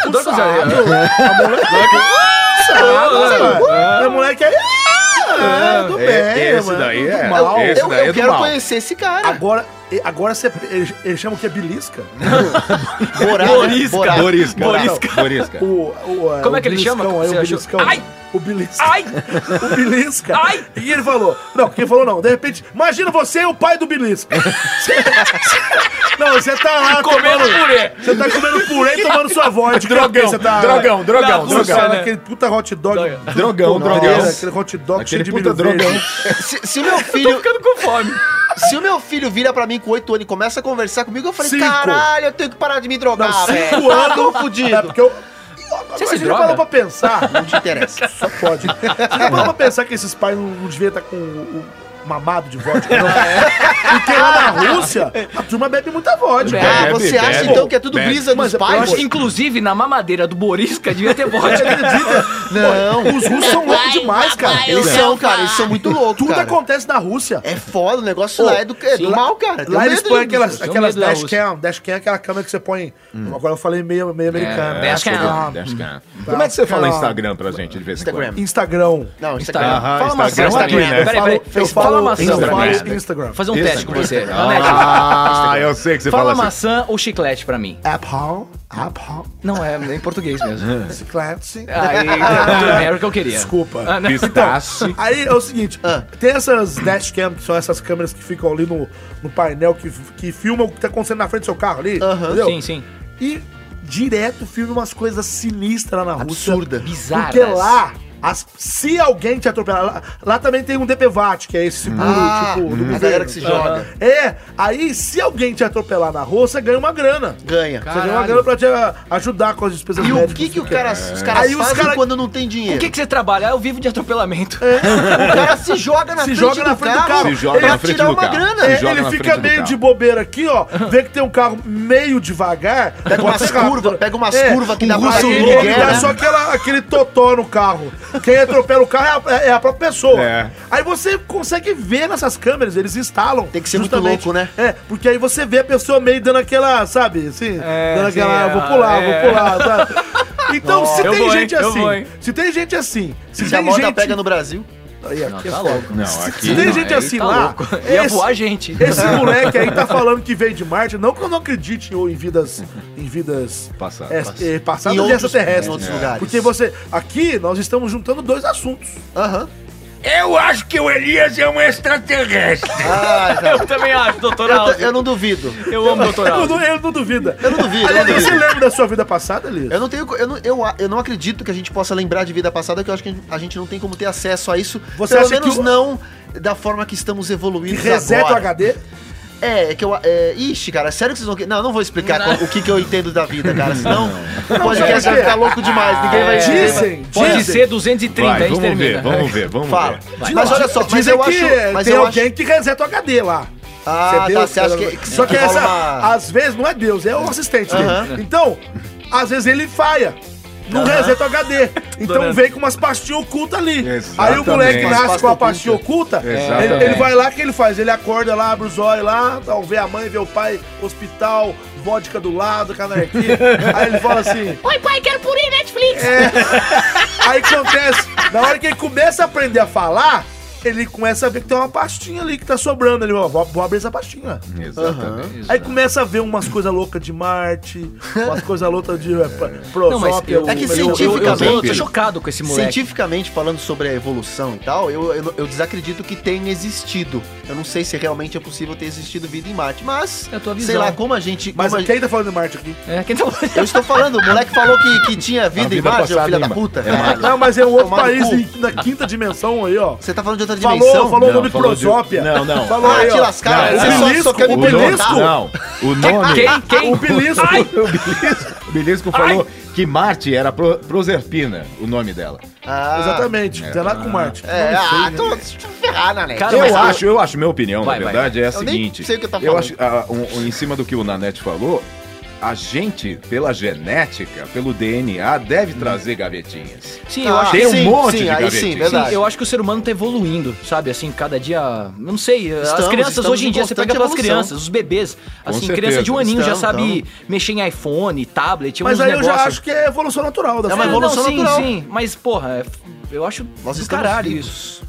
é
doido,
fuçado.
Zé.
A moleque é fuçado, sabe? O moleque é. É, do bem,
É, esse
mano,
daí
do
é-
mal.
esse
Eu,
daí é
eu
do
quero
mal.
conhecer esse cara.
Agora, e- agora você, ele, ele chama o que é belisca?
Borá, né?
Borisca.
Borá.
Borisca.
Borisca.
Borisca.
O, o-
Como
o
é que ele
beliscão,
chama?
Aí,
Você
o
achou?
beliscão.
Ai! Ah,
O belisca.
Ai!
O belisca.
Ai!
E ele falou. Não, quem falou não. De repente, imagina você e o pai do belisca. não, você tá lá
Comendo
tomando-
purê.
Você tá comendo purê e tomando sua vodka.
Drogão,
Você tá,
drogão, drogão,
Na
Nossa,
Drogão,
drogão.
cara,
né?
aquele puta hot dog.
Drogão.
Drogão,
Nossa,
drogão.
Aquele hot dog cheio
Aquele
de
puta
milho verde.
drogão.
Se, se meu
Tô
filho,
ficando com fome.
se o meu filho vira pra mim com oito anos e começa a conversar comigo, eu falei,
Cinco.
caralho, eu tenho que parar de me drogar,
Não,
velho.
cinco
Tá
Ah, tô
anos. É
fudido.
porque eu...
Você
Você
se
se
droga?
parou pra pensar...
Não te interessa.
Só pode. Você já parou pra pensar que esses pais não, não deviam estar tá com o, o- mamado de vodka. Não.
É.
Porque lá na Rússia, a turma bebe muita vodka.
Ah,
Bebe,
você
bebe.
acha então que é tudo
Bebe.
brisa
Mas eu
dos
Eu
pais?
acho que, inclusive, na mamadeira do Borisca devia ter vodka.
Não,
Os russos são loucos demais, cara.
papai,
eles
eu
são,
vou
cara,
falar.
eles são muito loucos,
Tudo é
cara.
acontece na Rússia.
É foda, o negócio
Pô,
lá é do, é do
lá-
mal, cara. Tem
Lá
medo
eles põem
deles.
aquelas,
Tenho
aquelas
medo da Hum.
dashcam. Dashcam é aquela câmera que você põe. Agora eu falei meio, meio americano.
É,
Dash
Dashcam.
cam, dash cam. Como é que você fala
Cam.
Instagram pra gente de vez em quando?
Hum. Instagram.
Instagram.
Não,
Tá.
Instagram. Fala
Instagram.
Aham, Instagram
maçã,
aqui,
Peraí,
né?
peraí.
Eu
Fala
falo
maçã.
eu falo
Instagram. assim.
Instagram.
Fazer um teste com você.
Ah, eu sei que você
Fala
fala assim.
maçã ou chiclete pra mim?
Apple, Apple,
Não, é em português mesmo.
Ciclete.
Aí, era o que eu queria.
Desculpa.
É. Ah, não.
Pistache.
Aí é o seguinte,
Ah.
tem essas dashcam, que são essas câmeras que ficam ali no, no painel, que, que filmam o que tá acontecendo na frente do seu carro ali,
Aham.
entendeu?
Sim, sim.
E direto filma umas coisas sinistras
é
lá na Rússia.
Absurda.
Bizarras.
Porque lá, as- se alguém te atropelar, lá, lá também tem um DPVAT, que é esse seguro,
Ah,
tipo, do
a
governo.
galera que se joga.
É, aí se alguém te atropelar na rua, você ganha uma grana.
Ganha.
Você ganha uma grana pra te ah, ajudar com as despesas
E o
médicas,
que, que
não
o
sei
cara, os caras
Aí os
fazem
cara-
quando não tem
O
dinheiro?
que, que você trabalha? Ah, eu vivo de atropelamento.
O cara se joga na
Se
frente
joga
do
na frente do
carro,
carro.
Se joga
pra
na frente
tirar
do
uma
carro.
grana.
Se
É,
joga
ele
na
fica
frente do
meio
carro.
de bobeira aqui, ó. Vê que tem um carro meio devagar.
Pega
bota
umas
o carro-
É curvas, pega umas curvas que
um
dá pra-
russo
que
louco,
ninguém,
ele dá
né?
só aquela- aquele totó no carro. Quem atropela o carro é a, é a própria pessoa.
É.
Aí você consegue ver nessas câmeras, eles instalam.
Tem que ser muito
justamente.
louco, né?
É, porque aí você vê a pessoa meio dando aquela, sabe, assim,
É,
dando aquela,
sim,
"Ah, vou
ah,
pular,
é."
vou pular, sabe? Então, se
Eu
tem
vou, hein,
gente
eu
assim,
vou, hein.
se tem gente assim, se,
Se a
tem
moda
gente...
pega no Brasil.
Aí,
Não,
aqui é
tá
foda.
louco.
Não,
Se
aqui.
tem
não.
gente
aí
assim
tá
lá,
louco. Ia
esse-
voar gente.
esse moleque aí tá falando que veio de Marte, não que eu não acredite em em vidas em vidas
Passado.
é, é, passadas e
Em outros-
extraterrestres.
em outros
É.
lugares.
Porque você. Aqui nós estamos juntando dois assuntos.
Aham.
Eu acho que o Elias é um extraterrestre.
Ah, cara.
Eu também acho, doutor
Eu,
Aldo.
t- eu não duvido.
Eu amo
Então,
doutor
Eu
Aldo.
não, eu não duvido.
Eu não duvido, eu
Aliás,
não
você
duvido.
lembra da sua vida passada, Elias?
Eu não tenho. co- Eu não, eu, a- eu não acredito que a gente possa lembrar de vida passada, que eu acho que a gente não tem como ter acesso a isso.
Você
pelo
acha que
menos
o-
não da forma que estamos
Que
evoluindo.
reseta o HD?
É, é que eu. É, ixi, cara, sério que vocês vão. Não, eu não vou explicar qual- o que, que eu entendo da vida, cara. Senão o podcast vai ficar louco demais. Ninguém vai entender.
É. Dizem,
Pode
dizem.
ser 230, a
Vai,
gente
vamos ver,
termina.
vamos ver, vamos
Fala.
ver.
Mas olha só, mas
Dizem
eu acho.
que
Mas
tem
eu acho.
alguém que reseta o HD lá.
Ah,
Você é
tá,
Deus,
você acha
cara.
que.
Só que
rola
essa,
uma-
às vezes, não é Deus, é o assistente
Aham.
dele. Então, às vezes ele falha. Não reseta o HD. Então vem com umas pastinhas ocultas ali. Aí o
Exatamente.
moleque
Umas
nasce
pastas
com a pastinha oculta.
Exatamente.
Ele, ele vai lá, o que ele faz? Ele acorda lá, abre os olhos lá, tal, vê a mãe, vê o pai, hospital, vodka do lado, canarquia. Aí ele fala assim.
Oi, pai, quero purinho Netflix.
Aí acontece, na hora que ele começa a aprender a falar, ele começa a ver que tem uma pastinha ali que tá sobrando. Ele, ó, vou, vou abrir essa pastinha.
Exatamente.
Aí começa a ver umas coisas loucas de Marte, umas coisas loucas de é, pa-
Não, mas
prosópia.
eu,
É que
eu- eu-
cientificamente-
eu, eu, tô chocado com esse moleque.
Cientificamente falando sobre a evolução e tal, eu, eu, eu desacredito que tenha existido. Eu não sei se realmente é possível ter existido vida em Marte, mas
É a tua visão.
sei lá como a gente.
Mas
como a-
quem tá falando de Marte aqui?
É, quem tá falando?
Eu estou falando, o moleque falou que, que tinha vida,
A vida
em Marte, ô
passada,
filha
hein,
da
mano?
puta.
É
caralho.
Não, mas é um outro
Tomar no
país
cu.
em- na quinta dimensão aí, ó.
Você tá falando de outra
Falou,
dimensão?
falou o
Não,
nome
falou de-
prosópia.
Não, não.
Falou
Ah,
aí,
te
ó.
lascar,
Não,
você
o
só-
belisco,
só quer me
o
O nome,
belisco.
não, o nome.
Quem? Quem?
O belisco.
O Belisco, o Belisco falou que Marte era pro, Proserpina, o nome dela.
Ah,
Exatamente, tem nada com Marte.
É,
Não sei,
ah,
né?
tô tô ferrada, né?
Cara,
Eu
mas eu-
acho, eu acho, minha opinião,
Vai,
na
vai,
verdade, é a
Eu nem
seguinte.
sei o que eu tô
eu
falando.
acho, ah, um- um- em cima do que o Nanete falou, a gente, pela genética, pelo DNA, deve trazer gavetinhas.
Sim, eu
Ah,
acho
Tem um
sim,
monte
sim,
de
aí
gavetinhas.
sim, verdade.
Sim, eu acho que o ser humano tá evoluindo, sabe? Assim, cada dia. eu Não sei. as
Estamos,
crianças
estamos
hoje em
em
dia, você
constante
pega pelas
evolução.
crianças, os bebês. Assim,
certeza.
criança de um aninho já
Estamos,
sabe mexer em iPhone, tablet,
Mas
uns
aí eu já
negócios.
acho que é evolução natural da
É
coisa.
uma
Ah,
evolução
sim,
natural.
Sim, mas, porra, é f- eu acho
Nós
do
estamos
caralho
vivos.
isso.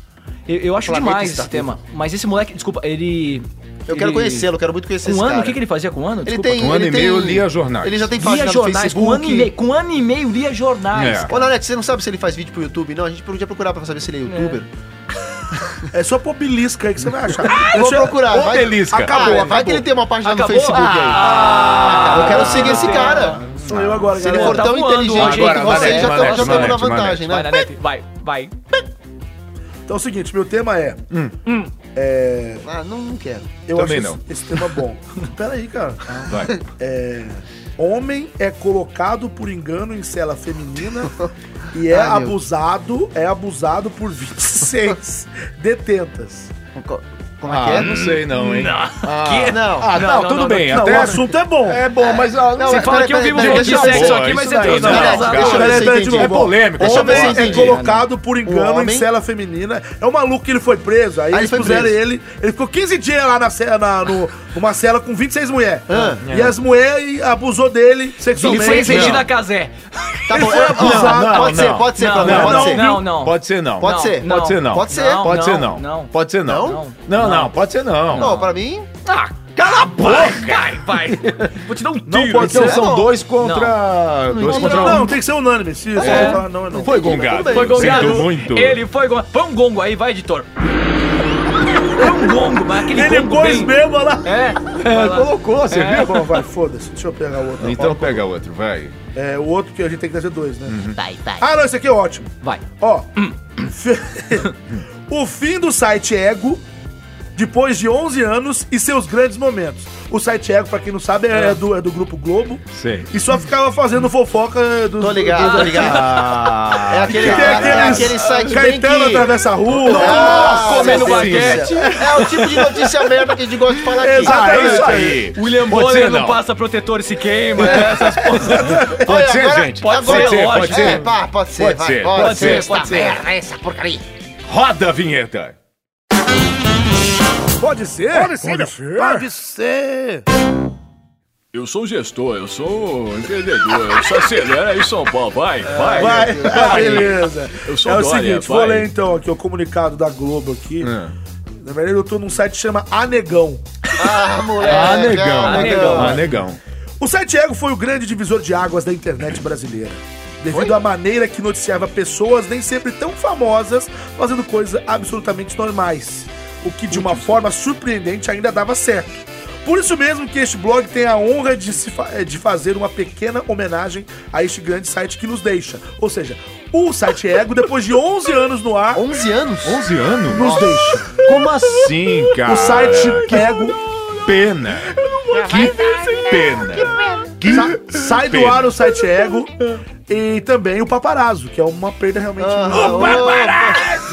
Eu, eu acho
planeta
demais
está
esse tema. Mas esse moleque, desculpa, ele.
Eu quero
ele-
conhecê-lo, eu quero muito
Com
conhecer
um
esse
ano?
cara.
O que, que ele fazia com um ano?
Ele
Desculpa.
tem.
Com um ano
ele
e meio
tem-
lia jornais.
Ele já tem
Lia
página no
jornais, com um ano e
Facebook.
meio. Com um ano e meio, lia jornais.
É.
Ô, Nanete, você não sabe se ele faz vídeo pro YouTube, não? A gente podia procurar pra saber se ele é youtuber.
É só pôr belisca aí que você vai achar.
Eu vou procurar.
Ô,
vai-
Belisca.
Acabou,
Ah,
vai que ele tem uma página no Facebook
Ah!
aí. Eu quero seguir esse cara.
Sou eu agora,
Se ele for
tá
tão
voando
inteligente
hoje, hein?
quanto você,
Agora,
já
Manete,
estamos
Manete,
na vantagem,
Vai,
né?
Nanete, vai, vai.
Então é o seguinte, meu tema é...
Ah, não, não quero.
Eu
Também
acho
não.
Esse, esse tema bom. Pera aí, cara.
Vai.
Homem é colocado por engano em cela feminina e é
Ah, meu.
abusado, é abusado por 26 detentas.
Co- Como é que
Ah,
é?
não sei não, hein? Ah,
Não.
ah,
Não,
não,
não,
tudo
não,
bem.
Não,
até
o assunto é bom.
é bom, mas ah, não,
Você fala
é-
Fala
Peraí,
que eu
peraí,
vivo
peraí,
de
deixa eu
sexo
ver.
aqui, mas
Isso
é
daí,
tudo
não,
não,
não,
não,
deixa eu
não.
ver.
Peraí, peraí, de
entendi.
novo, ó.
polêmico, é
só
Homem
pra você
é
entender.
colocado por engano em
homem-
cela feminina. É um maluco que ele foi preso. Aí
Ah, ele
eles
foi
puseram
preso.
ele. Ele ficou 15 dias lá na, ce- na, no, numa cela com 26 mulheres.
Ah.
e as mulheres abusou dele
Ele
sexualmente.
fez Regina Casé.
Tá bom,
Ele foi
é- não,
abusado.
não, pode
Não,
ser, pode ser,
não,
Flavio,
não,
pode
não,
ser.
não, não.
Pode ser não.
Pode ser.
Pode ser não.
Pode ser.
Não, Pode ser não. Pode ser não.
Não?
Não, não,
Não.
pode ser não.
Não, pra mim,
Ah, cala a boca! Vai, vai. Vou te dar um tiro.
Não pode
Então
ser.
ser
são
não.
dois contra. Dois
Não,
contra
não,
um.
tem que ser unânime. Se se
É.
eu falar não, é não.
Foi
Entendi,
gongado.
mas tudo bem.
Foi gongado.
Sinto muito.
Ele foi gongado. Põe um gongo aí, vai, editor. Põe um gongo, mas aquele
Ele
gongo
pôs
bem...
mesmo olha lá.
É.
É,
Vai lá.
colocou, você
É.
Tá
viu?
bom, vai, foda-se. Deixa eu pegar o outro.
Então pega outro, vai.
É, o outro que a gente tem que trazer dois, né?
Uhum.
Vai, vai.
Ah, não, esse aqui é ótimo.
Vai.
Ó. Fe- o fim do site Ego depois de 11 anos e seus grandes momentos. O site Ego, pra quem não sabe,
Ah.
é, do, é do Grupo Globo.
Sei.
E só ficava fazendo fofoca é, do.
tô ligado, tô ligado. É
Ah,
aquele,
Tem aqueles,
é aquele site bem que...
Caetano atravessa a rua.
Nossa,
Comendo
sim.
baguete.
É o tipo de notícia merda que a gente gosta de falar aqui.
Exato.
é isso aí.
William
Pode
Bonner
ser,
não.
não.
passa protetor e se queima. né? Essas coisas.
Ah,
Pode
olha,
ser,
agora-
gente.
pode
agora-
ser,
pode
É,
ser.
pá, pode ser,
Pode
vai,
ser,
pode
pode
ser.
ser.
Esta merda, essa porcaria.
Roda a vinheta.
Pode ser? Pode ser. Pode ser.
Eu sou gestor, eu sou um empreendedor. Eu sou acelera aí, São Paulo. Vai,
É.
vai.
Vai, beleza.
Eu sou
é o
Dória,
seguinte,
vai. Ah.
vou ler então aqui o comunicado da Globo aqui. Na verdade, eu tô num site que chama Anegão.
Ah, moleque.
Ah, negão.
ah,
Ah, negão.
O site Ego foi o grande divisor de águas da internet brasileira. Devido à maneira que noticiava pessoas nem sempre tão famosas fazendo coisas absolutamente normais. O que de uma forma surpreendente ainda dava certo. Por isso mesmo que este blog tem a honra de, se fa- eh, de fazer uma pequena homenagem a este grande site que nos deixa. Ou seja, o site Ego, depois de 11 anos no ar,
11 anos?
11 anos?
nos deixa.
Como assim, cara?
O site Ego
Pena. Que pena.
Sa- sai do
Pena.
ar o site Ego e também o Paparazzo, que é uma perda realmente.
Ah,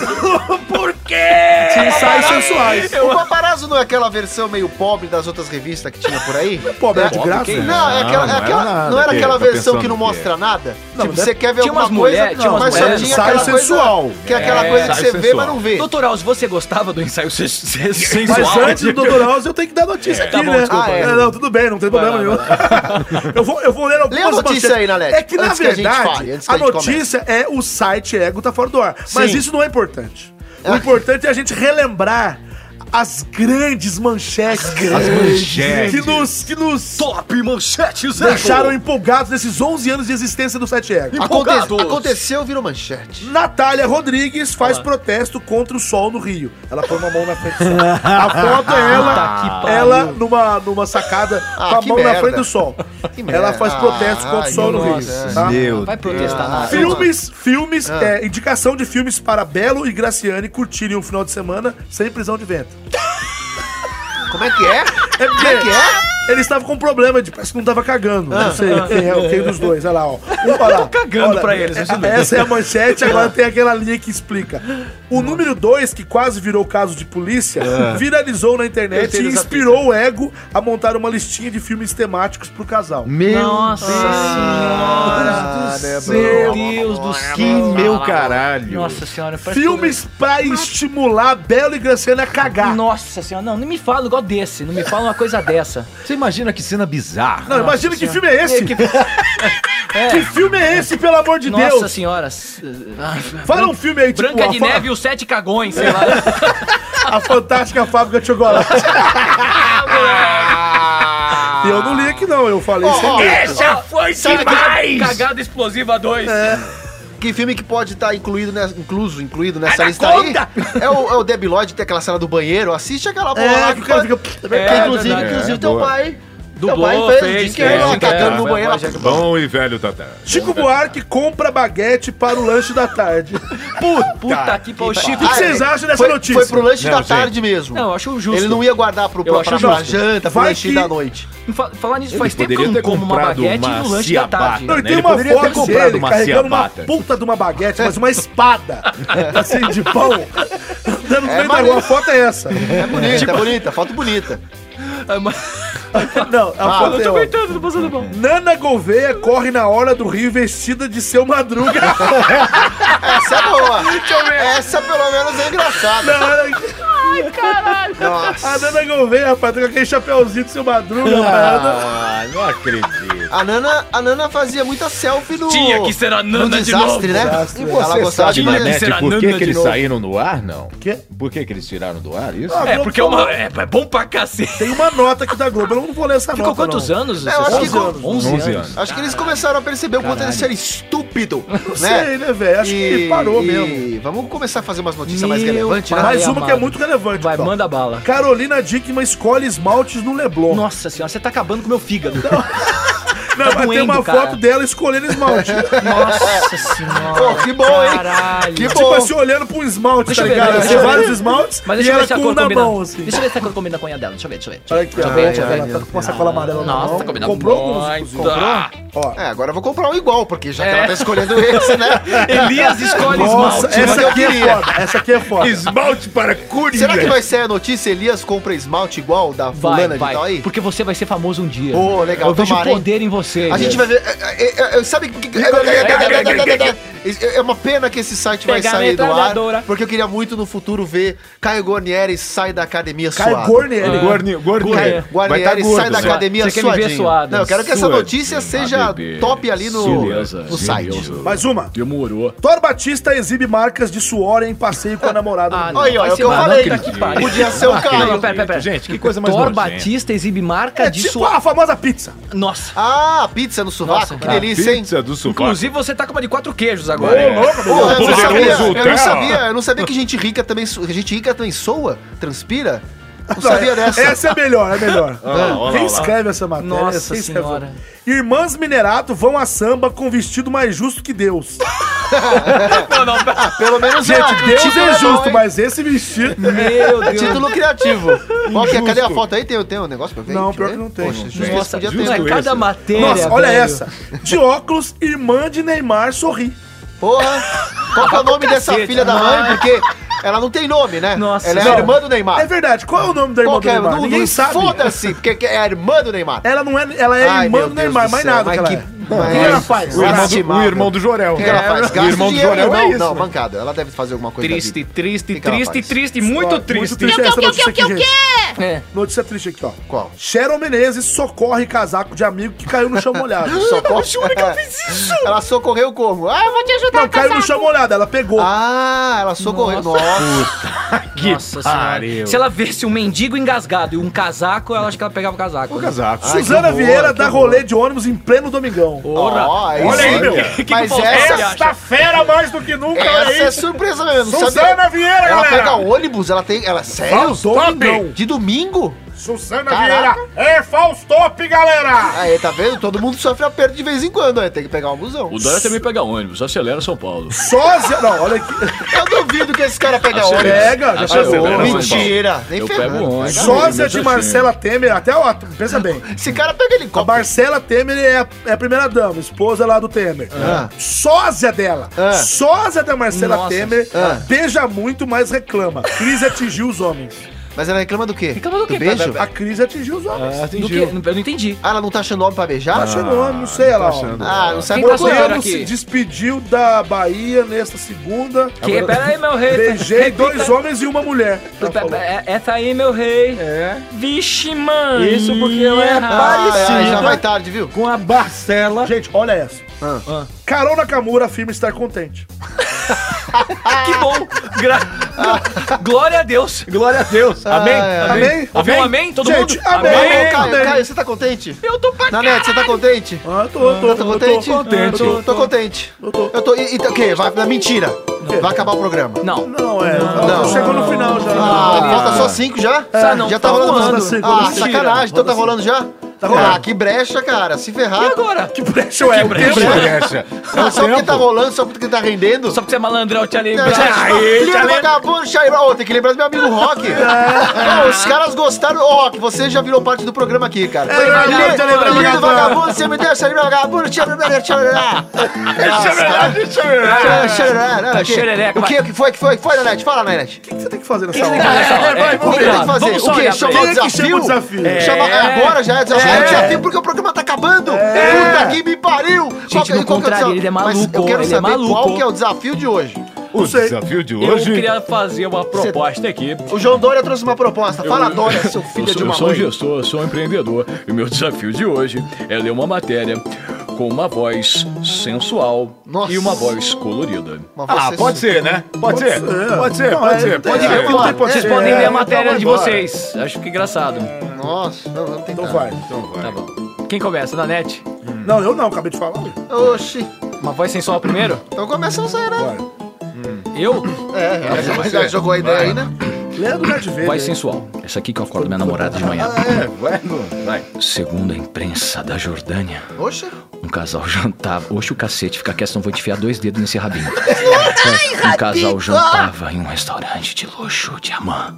sem sais sensuais.
O paparazzo não é aquela versão meio pobre das outras revistas que tinha por aí?
Pobre é de
É.
graça?
quem?
né?
Não, é aquela,
Não,
é
não
aquela-
era nada,
não era
Pedro,
aquela
tá
versão que
pensando
não
que é.
mostra nada?
Não,
tipo,
mas
você quer ver
tinha
alguma
umas
coisa,
mulher- tinha umas
mas só
mulheres-
tinha
Ensaio
aquela coisa...
sensual.
Que é aquela
É,
coisa que você
ensaio
vê, mas
sensual.
não vê.
Doutor Alves, você gostava do ensaio se- se-
Mas
sensual?
antes do Dr. House, eu tenho que dar notícia aqui,
Tá bom,
né?
desculpa.
Ah, é. Não, tudo bem, não tem problema
Vai lá,
nenhum. eu, vou, eu vou ler algumas
Lê a notícia
manchetes.
aí, Nalete,
É que, na
antes que a gente
verdade, a,
fale, antes que a gente
notícia é o site Ego tá fora do ar. Mas
Sim.
isso não é importante. O
Ah.
importante é a gente relembrar as grandes manchetes.
As
Que
manchetes.
nos, que nos
Top manchete, Zé.
deixaram empolgados nesses 11 anos de existência do site Ego.
Aconte-
Empolgados.
Aconteceu, virou manchete.
Natália Rodrigues faz protesto contra o sol no Rio. Ela põe uma mão na frente do sol. A foto é ela,
Puta que
ela numa, numa sacada
Ah,
com a
que
mão na
merda.
frente do sol.
Que
Ela
merda.
faz protesto contra o
Ai,
sol no Rio.
nossa.
tá?
Meu
Vai protestar
Ah,
nada.
eu-
Filmes, filmes,
Ah.
é, indicação de filmes para Belo e Graciane curtirem um final de semana sem prisão de vento.
Como é que é?
É porque
que é?
eles estavam com um problema de parece que não tava cagando. Não sei quem é quem dos dois. Olha lá, ó. Um olha lá.
Ah, Tá cagando pra eles,
é-
mas tudo bem.
Essa é a manchete, agora tem aquela linha que explica. O número 2, que quase virou caso de polícia,
É.
viralizou na internet e inspirou o ego a montar uma listinha de filmes temáticos pro casal.
Hum,
Meu
Nossa senhora. Meu Deus do céu.
Que meu caralho.
Nossa senhora. parece
Filmes pra estimular Belo e Graciana a
que eu-
cagar.
Nossa senhora. Não, não me fala igual desse. Não me fala uma coisa dessa.
Você imagina que cena bizarra.
Não, imagina que filme é esse?
Que-
Que filme é esse, pelo amor de
Nossa
Deus?
senhora. s- ah,
Fala um filme aí,
Branca
a
de
fa-
Neve e os Sete Cagões, sei lá.
A Fantástica Fábrica de Chocolate. E eu não li aqui, não. Eu falei
Ó,
sem
ó,
ler.
Essa foi demais!
Cagada explosiva 2.
Que filme que pode estar incluído, nessa, incluso, incluído nessa lista
Anaconda!
aí? É o, é o Debi Lloyd, tem aquela cena do banheiro, assiste aquela porra
É,
lá
que o cara
pode-
fica...
Que,
É,
inclusive,
verdade.
inclusive
É,
teu
boa.
pai.
Dublou,
teu pai
fez,
fez, que era
fez,
lá cagando
é,
no
foi
banheiro.
uma
ela-
jaca-
Bom e velho Tatá.
Chico Buarque compra baguete para o lanche da tarde.
Puta, Puta que pariu.
O que
Chico.
Ah,
vocês
é.
acham dessa
foi,
notícia?
Foi pro lanche
Não,
da
gente.
tarde mesmo.
Não, eu acho justo.
Ele não ia guardar pro,
Eu
pra,
acho
pra,
justo.
pra janta, pro
Vai
lanche
que-
da noite.
Fa- Falar nisso, faz tempo que eu
poderia
não
ter
como uma
comprado
baguete
uma
no lanche da
ciabatta.
tarde.
Não, e
né?
tem
Ele
uma
poderia ter
foto
comprado
dele
uma
carregando uma
ciabatta.
puta de uma baguete, mas uma espada, assim, de pão. andando no meio da rua. A foto é essa.
É bonita,
Tipo-
é bonita, foto bonita.
Ah, mas-
Não, a
Ah,
foto
eu
é
tô
outra.
aguentando, tô passando mal.
Nana Gouveia corre na hora do Rio vestida de seu Madruga.
Essa é boa. Essa pelo menos é engraçada.
Na hora que- a
Nossa.
Nana Gouveia, rapaz, tá com aquele chapéuzinho de seu Madruga.
Ah.
parada.
Ah, não acredito.
A Nana, a Nana fazia muita selfie no.
Tinha que ser a
no
Nana de novo.
desastre, né?
Desastre,
E
é.
você
Ela gostava
sabe,
de
Tinha que
né?
Nanete.
ser a
tipo, Por
Nana
que,
de
que eles
novo.
saíram do ar, não?
Quê?
Por que, que eles tiraram do ar isso?
Ah,
É, porque é, uma, é, é bom pra cacete.
Tem uma nota aqui da Globo, eu não vou ler essa
Ficou
nota.
quantos
não.
anos?
É, eu acho que com-
11 anos.
11 anos.
Acho que eles começaram a perceber o quanto eles eram estúpido,
Não
né?
sei, né, velho? Acho que parou
e-
mesmo.
Vamos começar a fazer umas notícias mais
Meu
relevantes, né?
pai
Mais uma
amado.
que é muito relevante.
Vai,
então.
manda bala.
Carolina Dickman escolhe esmaltes no Leblon.
Nossa senhora, você tá acabando com meu fígado.
Não,
tá
vai ter
doendo,
uma
cara.
foto dela escolhendo esmalte.
Nossa senhora.
Pô, que bom, hein?
Caralho.
Que
tipo
bom.
assim, olhando pra um esmalte,
Deixa
tá
eu ver,
ligado?
deixa
Assim,
eu ver.
vários esmaltes
Mas
e
deixa eu ver
ela
se a
com um
cor
na
combina.
mão, assim.
Deixa eu ver se a cor combina com a unha dela. Deixa eu ver, deixa eu ver. Deixa eu
Olha
ver.
aqui,
Deixa eu
ó.
ver, deixa eu
ai,
ver.
ela tá
meu
com uma sacola amarela na
Nossa,
mão.
tá
um
combinando
Comprou
muito.
alguns? assim, Comprou? Ó.
É, agora eu vou comprar um igual, porque já que ela tá escolhendo esse, né?
Elias escolhe
Nossa,
esmalte.
mas
essa
eu
aqui é
queria.
foda. Essa aqui é foda.
Esmalte para curia.
Será que vai ser a notícia Elias compra esmalte igual da
Vai,
fulana de tal
vai.
aí?
Porque você vai ser famoso um dia.
Ô, legal,
Eu vejo
tomara, hein?
poder em você.
A gente
Elias.
vai ver. é, é, é, é, Sabe. que- É uma pena que esse site vai
Pegar a
sair do
metralhadora.
ar, porque eu queria muito no futuro ver Caio Guarnieri sai da academia
Cai
suado.
Ah.
Gornieri.
Gorni, Gorni.
Gorni.
Vai tá
Ah. Guarnieri
gordo,
sai da
né?
academia
Você quer me ver
suadinho.
suado.
Não, eu quero que essa
Suadinho,
notícia seja
ah, bebê.
top ali no, no site.
Mais uma.
Demorou.
Thor Batista exibe marcas de suor em passeio com a namorada. no
Ah, não.
Rio.
Olha, ó,
vai
é
ser
o que eu
uma
falei.
puta que pariu.
Podia ser o
Não,
cara.
não, pera, pera, pera.
Gente, que coisa mais
Thor
nojenta.
Batista exibe marca
é
de
tipo
sua...
a famosa pizza.
Nossa.
Ah, pizza no sovaco,
Nossa,
que
cara,
delícia, hein?
Pizza do sovaco.
Inclusive, você tá com uma de quatro queijos agora.
É.
Porra, eu não,
Poderoso
sabia, eu não
Terra.
sabia, eu não sabia que gente rica também, so- que gente rica também soa, transpira. Não
Não,
sabia dessa.
Essa é melhor, é melhor.
lá, olha lá,
Quem
olha lá.
escreve essa matéria?
Nossa
Quem escreve?
senhora.
Irmãs Minerato vão a samba com vestido mais justo que Deus.
Ah,
Não, não, pera.
Pelo menos é
Gente,
um
Deus
título
é justo,
hein?
mas esse vestido.
Meu
É
Deus.
título criativo. Qual que é? Cadê a foto aí? Tem, tem um negócio pra ver?
Não,
Deixa
pior
eu
que
ver.
não tem.
Poxa, justo
Nossa,
podia
não
ter.
é
justo
cada
esse.
matéria,
Nossa, olha
velho.
essa. De óculos, irmã de Neymar sorri.
Porra, qual que é o nome dessa
Cacete,
filha da mãe? Porque ela não tem nome, né?
Nossa,
ela é
não.
a irmã do Neymar.
É verdade, qual é o nome da irmã
Qual
do
que é?
Neymar?
Não-
Ninguém
não-
sabe.
Foda-se, porque é a irmã do Neymar.
Ela não é, ela é
Ai,
irmã
meu
do
Deus
Neymar,
do
mais
céu,
nada
mas
que ela
que-
é.
mas-
O que ela faz?
O irmão, do, o
Lastimável.
irmão do Jorel.
O que ela faz?
O irmão do
É, dinheiro,
Jorel é
não,
isso.
né?
não, bancada. Ela deve fazer alguma coisa. da
Triste,
vida.
triste,
Que que ela
triste,
faz?
triste,
Ó,
muito triste.
essa notícia aqui, gente.
É.
Notícia triste aqui, ó.
Qual?
Cheryl Menezes socorre casaco de amigo que caiu no chão molhado.
Socorro. Ela socorreu como? Ah, eu vou te ajudar.
Não, caiu no chão molhado, ela pegou.
Ah, ela socorreu. Nossa.
É. Nossa senhora. Se ela visse um mendigo engasgado e um casaco, ela acha que ela pegava o casaco.
O casaco.
Ai,
Suzana
que horror,
Vieira
que
dá
horror.
rolê de ônibus em pleno domingão.
Ora.
Ó, aí
Olha aí,
sim.
meu.
Que que
Mas
faltou?
essa,
Olha.
Tá fera mais do que nunca,
essa é surpresa mesmo. não sabia.
Suzana Vieira,
Ela
galera!
pega ônibus, ela tem. Ela sério?
Domingão.
De domingo?
Suzana
Caraca.
Vieira é Faustop, galera!
Aí, tá vendo? Todo mundo sofre aperto de vez em quando, aí tem que pegar um busão.
Dória também pega ônibus, acelera São Paulo.
Sósia... Não, olha aqui.
Eu duvido que esse cara pega ônibus.
Pega,
é
já
Acelera
pegou.
São Paulo.
Mentira. Nem
Eu pego
um.
ferrando.
ônibus.
Sósia de Marcela Temer, até ó, pensa bem.
Esse cara pega
A
helicóptero.
Marcela Temer é a, é a primeira dama, esposa lá do Temer.
Ah.
Sósia dela.
Ah.
Sósia da Marcela
Nossa.
Temer.
Ah.
Beija muito, mas reclama. Crise atingiu os homens.
Mas ela reclama do quê?
Reclama do quê, Tá-
beijo?
A crise atingiu os homens.
Ah,
Do que?
atingiu.
Eu não entendi.
Ah, ela não tá achando homem pra beijar?
Tá achando homem, não sei lá. ó.
achando.
Ah, não sabe
Quem tá
quanto
solteiro
é.
Plano
aqui?
se despediu da Bahia nesta segunda.
Que, é pera aí, meu rei.
Beijei
Repita-
dois homens e uma mulher. Ela
Pe- pe-
falou.
pe- Essa aí, meu rei.
É.
Vixe, mano.
Isso porque ela é
Ah, ah, já
parecida
vai
tá
tarde, viu?
com a Barcela.
Gente, olha essa. Carol Nakamura afirma estar contente.
Que bom. Gra- Glória a Deus.
Glória a Deus. Amém?
Amém.
Amém?
Ouviu um amém? Todo
Gente,
mundo?
amém.
Caio,
Amém.
Caio, Caio, você tá contente?
Eu tô pra
Nanete, você tá contente?
Ah, tô, tô,
Tá
tô, tô,
contente?
contente.
Eu tô, tô contente. Eu tô. e, e, o quê? Vai, na mentira. Vai acabar o programa.
Não.
Não, é.
Não.
Chegou no final já.
Ah, falta só cinco já?
É, não,
já tá
tá
rolando.
rolando.
Ah,
Mentira.
sacanagem. Então tá rolando já?
Tá
Ah,
vendo?
que brecha, cara. Se ferrar.
E agora?
Que brecha é, o
brecha.
tempo.
Brecha.
Não, só porque tá rolando, só porque tá rendendo.
Só pra você malandrar o Tia
É,
Lembrar.
filho do vagabundo, Xai- Ô, tem que lembrar do meu amigo Rock.
É.
Ô, os caras gostaram. Ô, Rock, você já virou parte do programa aqui,
É
cara.
verdade,
Filho
Xai Lembra
do
Vagabundo.
vagabundo, você me deu Xai Lembra vagabundo, Xai Lembra, Xai
É,
Lembra. Ah, Xai Lembra, Lembra, aqui.
Xerereca,
O que, o que foi, o que foi, o que foi, Nanete? Fala, Nanete.
O que você tem que fazer nessa hora?
É,
O que tem que
vamos lá,
fazer?
vamos só
O que?
olhar pra
Chamar o
ele. Quem é que chama
desafio?
o desafio? É.
Chama agora já é desafio. É desafio porque o programa tá acabando. Puta que me pariu.
É. Gente,
que-
não
que é o
contraria,
desafio?
ele é
Mas eu
maluco,
quero
ele é
saber qual
maluco.
que é o desafio de hoje.
O
sei.
desafio de
Eu
hoje.
queria fazer uma proposta aqui.
O João Dória trouxe uma proposta. Fala, Dória, seu
Eu
filho de
sou, eu
uma
sou
mãe.
gestor, eu sou um empreendedor. E o meu desafio de hoje é ler uma matéria com uma voz sensual
Nossa.
e uma voz colorida.
Mas
Ah,
vocês-
pode ser, né? Pode ser. Pode ser, pode ser, pode
é,
ser.
vamos lá.
Vocês
É,
podem
é,
ler a
tá
então
matéria
vai
de
embora.
vocês. Acho que engraçado.
Nossa, não, vamos tentar.
Então vai.
Tá bom. Quem começa? Na net?
Não, eu não, acabei de falar.
Oxi.
Uma voz sensual primeiro?
Então começa você, né?
Vai.
Eu?
É, já, já jogou a ideia aí, né?
Lê do Nerd Verde.
Voz sensual. Essa aqui que eu acordo minha namorada de manhã.
É, vai, não. vai.
Segundo a imprensa da Jordânia,
Oxi.
um casal jantava. Oxe, o cacete, fica quieto, senão vou enfiar dois dedos nesse rabinho. um casal jantava em um restaurante de luxo de Amã.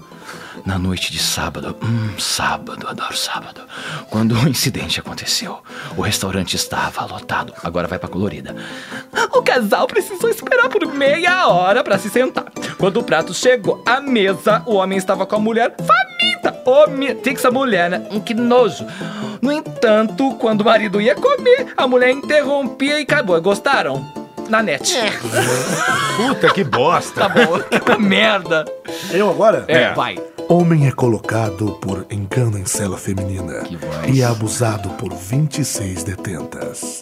Na noite de sábado, hum, sábado, adoro sábado. Quando um incidente aconteceu, o restaurante estava lotado. Agora vai pra colorida.
O casal precisou esperar por meia hora pra se sentar. Quando o prato chegou à mesa, o homem estava com a mulher faminta. Ô, mi- tem que essa mulher, né? Hum, Que nojo. No entanto, quando o marido ia comer, a mulher interrompia e acabou. Gostaram? Na net.
Puta que bosta.
Tá bom. Que uma merda.
Eu agora?
É, vai.
Homem é colocado por engano em cela feminina e é abusado por 26 detentas.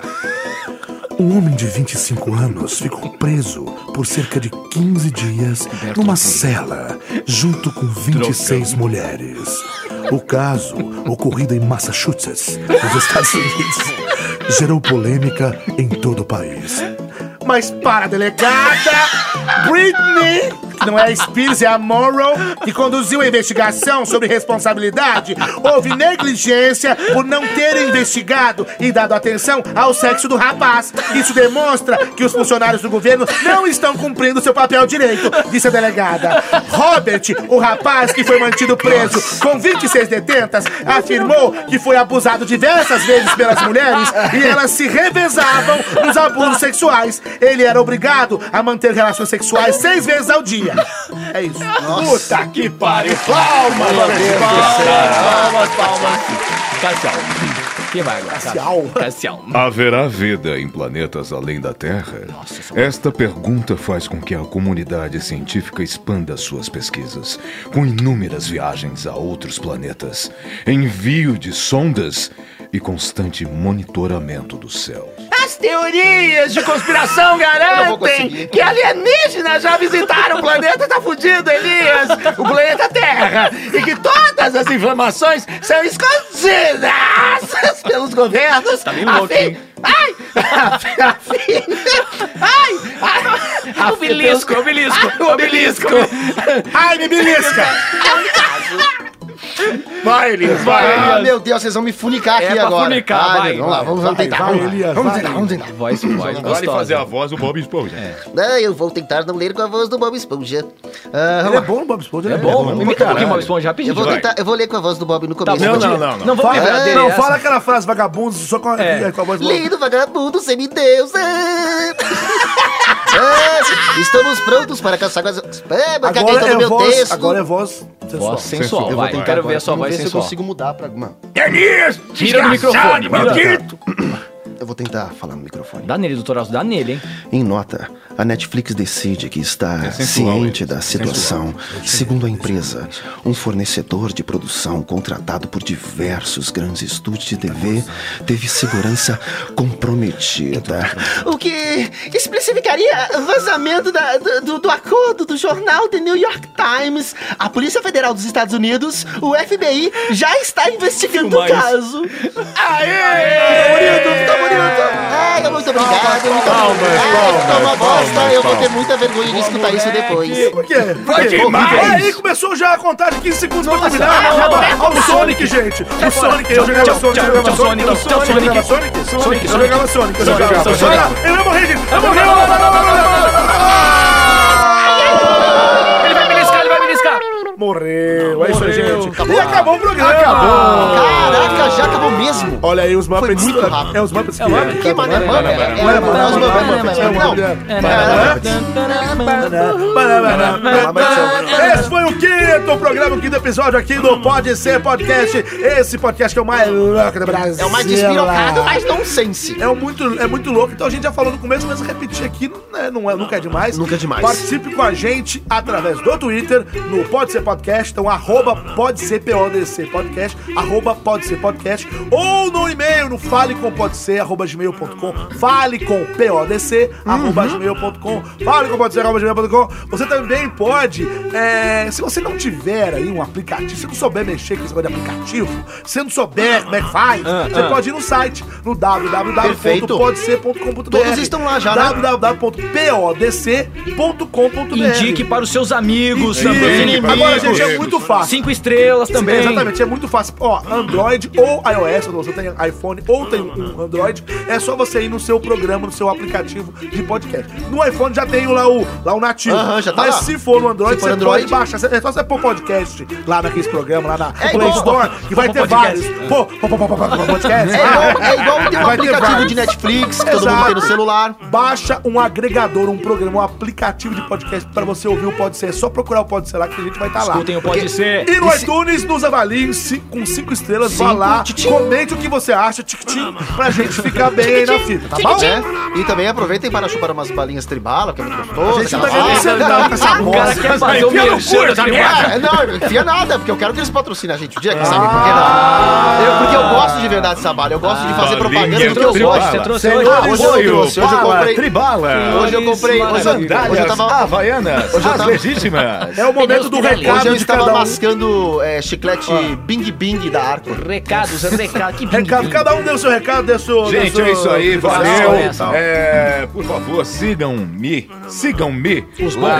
Um homem de 25 anos ficou preso por cerca de 15 dias numa cela, junto com 26 mulheres. O caso, ocorrido em Massachusetts, nos Estados Unidos, gerou polêmica em todo o país.
Mas para, delegada! Britney! Não é a Spears, é a Morrow, que conduziu a investigação sobre responsabilidade. Houve negligência por não ter investigado e dado atenção ao sexo do rapaz. Isso demonstra que os funcionários do governo não estão cumprindo seu papel direito, disse a delegada. Robert, o rapaz que foi mantido preso com 26 detentas, afirmou que foi abusado diversas vezes pelas mulheres e elas se revezavam nos abusos sexuais. Ele era obrigado a manter relações sexuais seis vezes ao dia. É isso.
Puta que pariu. Palma,
Cassial. Que vai agora? Cassial. Cassial.
Haverá vida em planetas além da Terra? Esta pergunta faz com que a comunidade científica expanda suas pesquisas, com inúmeras viagens a outros planetas, envio de sondas e constante monitoramento do céu.
As teorias de conspiração
Eu vou
garantem
conseguir.
que alienígenas já visitaram o planeta tá fudido, Elias, o planeta Terra, e que todas as informações são escondidas pelos governos. Tá
bem louco, hein?
Ai! A fim, ai! ai, a fim-
Obelisco, obelisco,
Ah, o obelisco.
Ai, me belisca!
Vai, Elias, vai!
Ah, meu Deus, vocês vão me funicar
É
aqui
pra
agora.
funicar,
Ai,
vai.
meu, Vamos lá, vamos, vamos tentar.
vai,
vamos, lá.
Elias,
vamos
vai.
tentar, vamos tentar.
Voz, voz
Vale fazer a
gostosa.
voz do Bob Esponja. É.
Ah, eu vou tentar não ler com a voz do Bob Esponja. Ah, vamos
Ele é
lá.
bom no Bob Esponja, né?
É bom,
Ele
imita um pouquinho
caralho.
Bob Esponja rapidinho.
Eu vou
Vai.
tentar, eu vou ler com a voz do Bob no começo.
Não,
Pode-
não, não, não.
Não vamos lembrar
É,
dele.
Não,
essa.
fala aquela frase vagabundo, só com a,
É.
com a voz boa.
Lindo vagabundo semideusa! É, estamos prontos para caçar com as. É, mas caguei
Agora
todo o
é
meu
voz,
texto.
agora é voz sensual.
Voz sensual,
Eu vou
vai.
tentar
Quero
agora.
ver a sua
Vamos
voz
ver se eu
sensual.
consigo mudar pra. Mano,
Elias!
Tira do microfone,
maldito!
eu vou tentar falar no microfone.
Dá nele, doutor Alzo, dá nele, hein?
Em nota, a Netflix decide que está
sensual
ciente
esse,
da situação. Segundo a empresa, um fornecedor de produção contratado por diversos grandes estúdios de TV teve segurança comprometida. O que especificaria vazamento da- do, do- do acordo do jornal The New York Times. A Polícia Federal dos Estados Unidos, o FBI, já está investigando o caso. Aê! Tá bonito, tá bonito. Ai, muito obrigado, muito obrigado. Ai, toma bola, bosta,
mais
eu vou
palmas.
ter muita vergonha de escutar isso depois.
Por quê? Por
Foi
quê?
demais!
E aí começou já a contagem de 15 segundos pra terminar.
não, não,
Olha o Sonic, gente. O Sonic, eu jogava Sonic, eu jogava Sonic, eu jogava Sonic, eu jogava Sonic, eu jogava Sonic, eu jogava Sonic, eu jogava Sonic. Olha lá, Ele vai morrer, gente. Ele morreu.
Ele vai beliscar, ele vai beliscar.
Morreu. É isso aí,
Morreu.
gente. E acabou o programa. Acabou.
Caraca, já acabou mesmo.
Olha aí os Muppets.
muito rápido.
É os Muppets que...
Que maneiro, mano. É, é, é, é,
Esse foi o quinto programa, o quinto episódio aqui do Pode Ser Podcast. Esse podcast que é o mais louco do Brasil.
é o mais despirocado, mas não sense.
É um muito, é muito louco. Então a gente já falou no começo, mas repetir aqui não é, não é- nunca é demais.
Nunca é demais.
Participe com a gente através do Twitter, no Pode Ser Podcast, então arroba pode ser PODC podcast, arroba pode ser podcast, ou no e-mail, no fale com pode ser, arroba gmail.com, fale com PODC, arroba
Uhum.
gmail.com, fale com pode ser, arroba gmail.com. Você também pode, é, se você não tiver aí um aplicativo, se não souber mexer com esse negócio de aplicativo, se não souber como é que faz, você pode ir no site, no
Ah, Perfeito.
www.podc.com.br.
Todos estão lá já, né?
www.podc.com.br.
Indique para os seus amigos
Sim.
também.
Agora, gente, é muito fácil.
Cinco estrelas também.
Exatamente, é muito fácil. Ó, Android ou iOS, quando você tem iPhone ou tem um Android, é só você ir no seu programa, no seu aplicativo de podcast. No iPhone já tem lá o, lá o nativo.
Aham, já tá
Mas
lá.
se for no Android,
Se for
você
Android-
pode baixar. É só você pôr podcast lá naqueles programas, lá na
É
Play
igual-
Store, que vai
pô,
ter
podcast.
vários. Pô, pô, pô, pô, pô, pô, podcast. Ah,
É igual, é igual ter um
Vai ter
aplicativo
vários.
de Netflix, que todo mundo tem no
Exato.
celular.
Baixa um agregador, um programa, um aplicativo de podcast pra você ouvir o Pode Ser. É só procurar o Pode Ser lá que a gente vai estar lá.
Escutem o Pode Ser.
E no iTunes, nos avaliem ci- com cinco estrelas, vá
Cinco,
lá,
tchim-tchim.
comente o que você acha, tic-tim, pra gente ficar bem aí na fita, tá bom?
É. E também aproveitem para chupar umas balinhas tribala, que é muito gostoso.
A gente não tá
Ah,
aquela
ganhando
bala.
centavo com essa
tá. O cara
bosta.
quer fazer o merchan da merda.
É, não, não enfia nada, porque eu quero que eles patrocinem a gente o dia que sabe por que
Ah.
não. Eu, porque eu gosto de verdade dessa bala, eu gosto de fazer propaganda do que eu
é
Balinha
gosto.
Você trouxe
Senhores,
hoje?
Ah, hoje eu trouxe, hoje eu
bala,
comprei-
Tribala.
Hoje eu comprei, hoje eu, hoje eu
Sandálias
tava...
havaianas,
Hoje eu
as
tava-
legítimas.
É o momento do
Hoje
recado
Hoje eu
de
estava
cada um.
mascando é, chiclete Bing Bing da Arthur.
Recados, recados. Que
Recado, cada um deu seu recado, deu seu...
Gente,
deu
é
seu-
isso aí,
deu seu- e
valeu.
tal.
É, por favor, sigam-me, sigam-me lá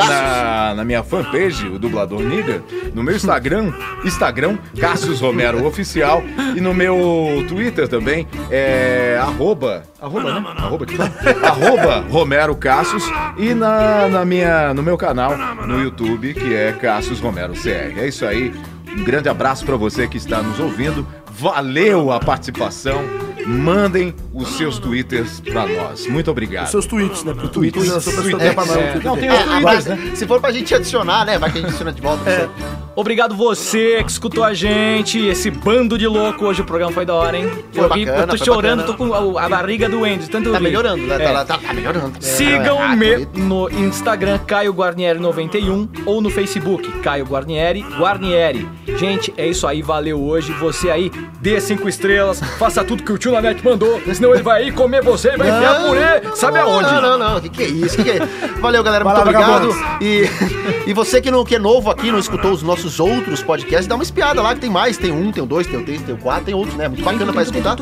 na, na minha fanpage, o Dublador Nigga, no meu Instagram, Instagram, Cassius Romero Oficial, e no meu Twitter também, é arroba, arroba, né? Arroba, que fala? arroba Romero Cassius, e na, na minha, no meu canal, no YouTube, que é Cassius Romero CR. É isso aí, um grande abraço pra você que está nos ouvindo, valeu a participação. Mandem os seus twitters pra nós. Muito obrigado.
Seus tweets, né? Pro Twitter, eu sou pessoa que tem pra nós,
É.
Twitter.
Não, tem os
É,
twitters,
agora,
né?
Se for pra gente adicionar, né? Vai que a gente adiciona de volta.
É,
não sei.
Obrigado você que escutou a gente, esse bando de louco. Hoje o programa foi da hora, hein?
Foi
eu ri,
bacana,
eu tô
foi
chorando,
bacana.
tô com a, a barriga doendo. de Tanto eu
Tá
rir.
melhorando, né?
É.
Tá, lá- tá, tá melhorando. Ah,
Sigam-me
Twitter.
no Instagram Caio Guarnieri 91 ou no Facebook Caio Guarnieri Guarnieri. Gente, é isso aí, valeu hoje. Você aí, dê cinco estrelas, faça tudo que o tio Nanete mandou, senão ele vai aí comer você e vai enfiar purê, sabe aonde?
Não, não, não. O que, que é isso? Que que é- Valeu, galera.
Vai
Muito
lá,
obrigado.
vagabundos.
E, e você que, não, que é novo aqui, não escutou os nossos outros podcasts, dá uma espiada lá que tem mais. Tem um, tem o dois, tem o três, tem o quatro, tem outros, né? Muito bacana pra escutar.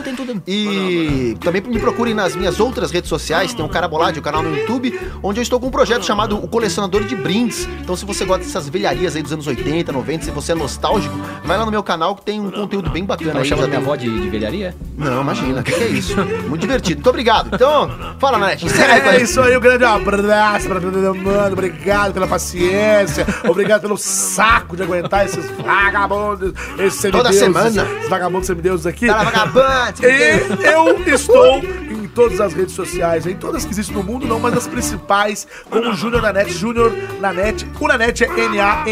E também me procurem nas minhas outras redes sociais. Tem o Carabolade, o canal no YouTube, onde eu estou com um projeto chamado O Colecionador de Brindes. Então, se você gosta dessas velharias aí dos anos 80, 90, se você é nostálgico, vai lá no meu canal que tem um conteúdo bem bacana
Ela
aí.
chama
já
minha
tem-
avó de, de velharia?
Não, imagina, o que, que é isso? Muito divertido. Muito obrigado. Então, fala, Nanete. Encerra aí,
É
pai.
isso aí, um grande abraço pra todo mundo. Obrigado pela paciência. Obrigado pelo saco de aguentar esses vagabundos, esses
Toda
semideuses,
semana.
Esses vagabundos semideuses aqui.
Fala,
É
vagabante.
E eu estou em todas as redes sociais, em todas que existem no mundo, não, mas as principais, como Júnior Nanete, Júnior Nanete. O Nanete é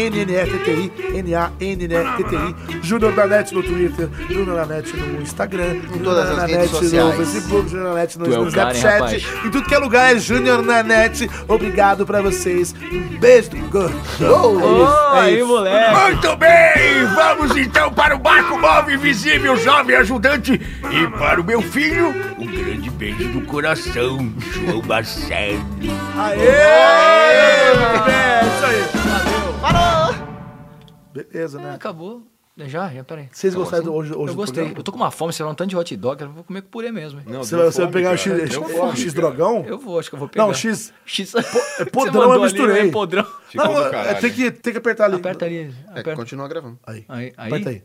N-A-N-N-E-T-T-I, N-A-N-N-E-T-T-I. Júnior Nanete no Twitter, Júnior Nanete no Instagram, Júnior
todas as
Nanete
redes
no
sociais.
Facebook, Júnior Nanete no,
Tu é o
no
cara, hein,
Snapchat.
rapaz?
Em tudo que é lugar é Júnior Nanete. Obrigado pra vocês. Um beijo do gordo. É
Aí, moleque!
Muito bem, vamos então para o barco móvel invisível, jovem ajudante, e para o meu filho, um grande beijo do coração, João Marcelo.
Aê! É isso aí.
Parou!
Beleza, né?
Ah, Acabou. É, Já, já, peraí.
Vocês gostaram do hoje, hoje
eu
do
gostei.
programa?
Eu tô com uma fome, sei lá, um tanto de hot dog, eu vou comer com purê mesmo. hein?
Não,
Você
deu
vai, você vai
fome,
pegar o
cara.
X,
Deu
o
fome,
X
cara.
drogão?
Eu vou, acho que eu vou pegar.
Não, X.
X.
é
Você
podrão,
mandou
eu
ali,
misturei.
né? Podrão.
Ficou
Não,
do
é,
caralho.
tem que, tem que apertar ali.
Aperta ali.
É,
Aperta.
continua gravando.
Aí.
Aí, aí.
Aperta aí.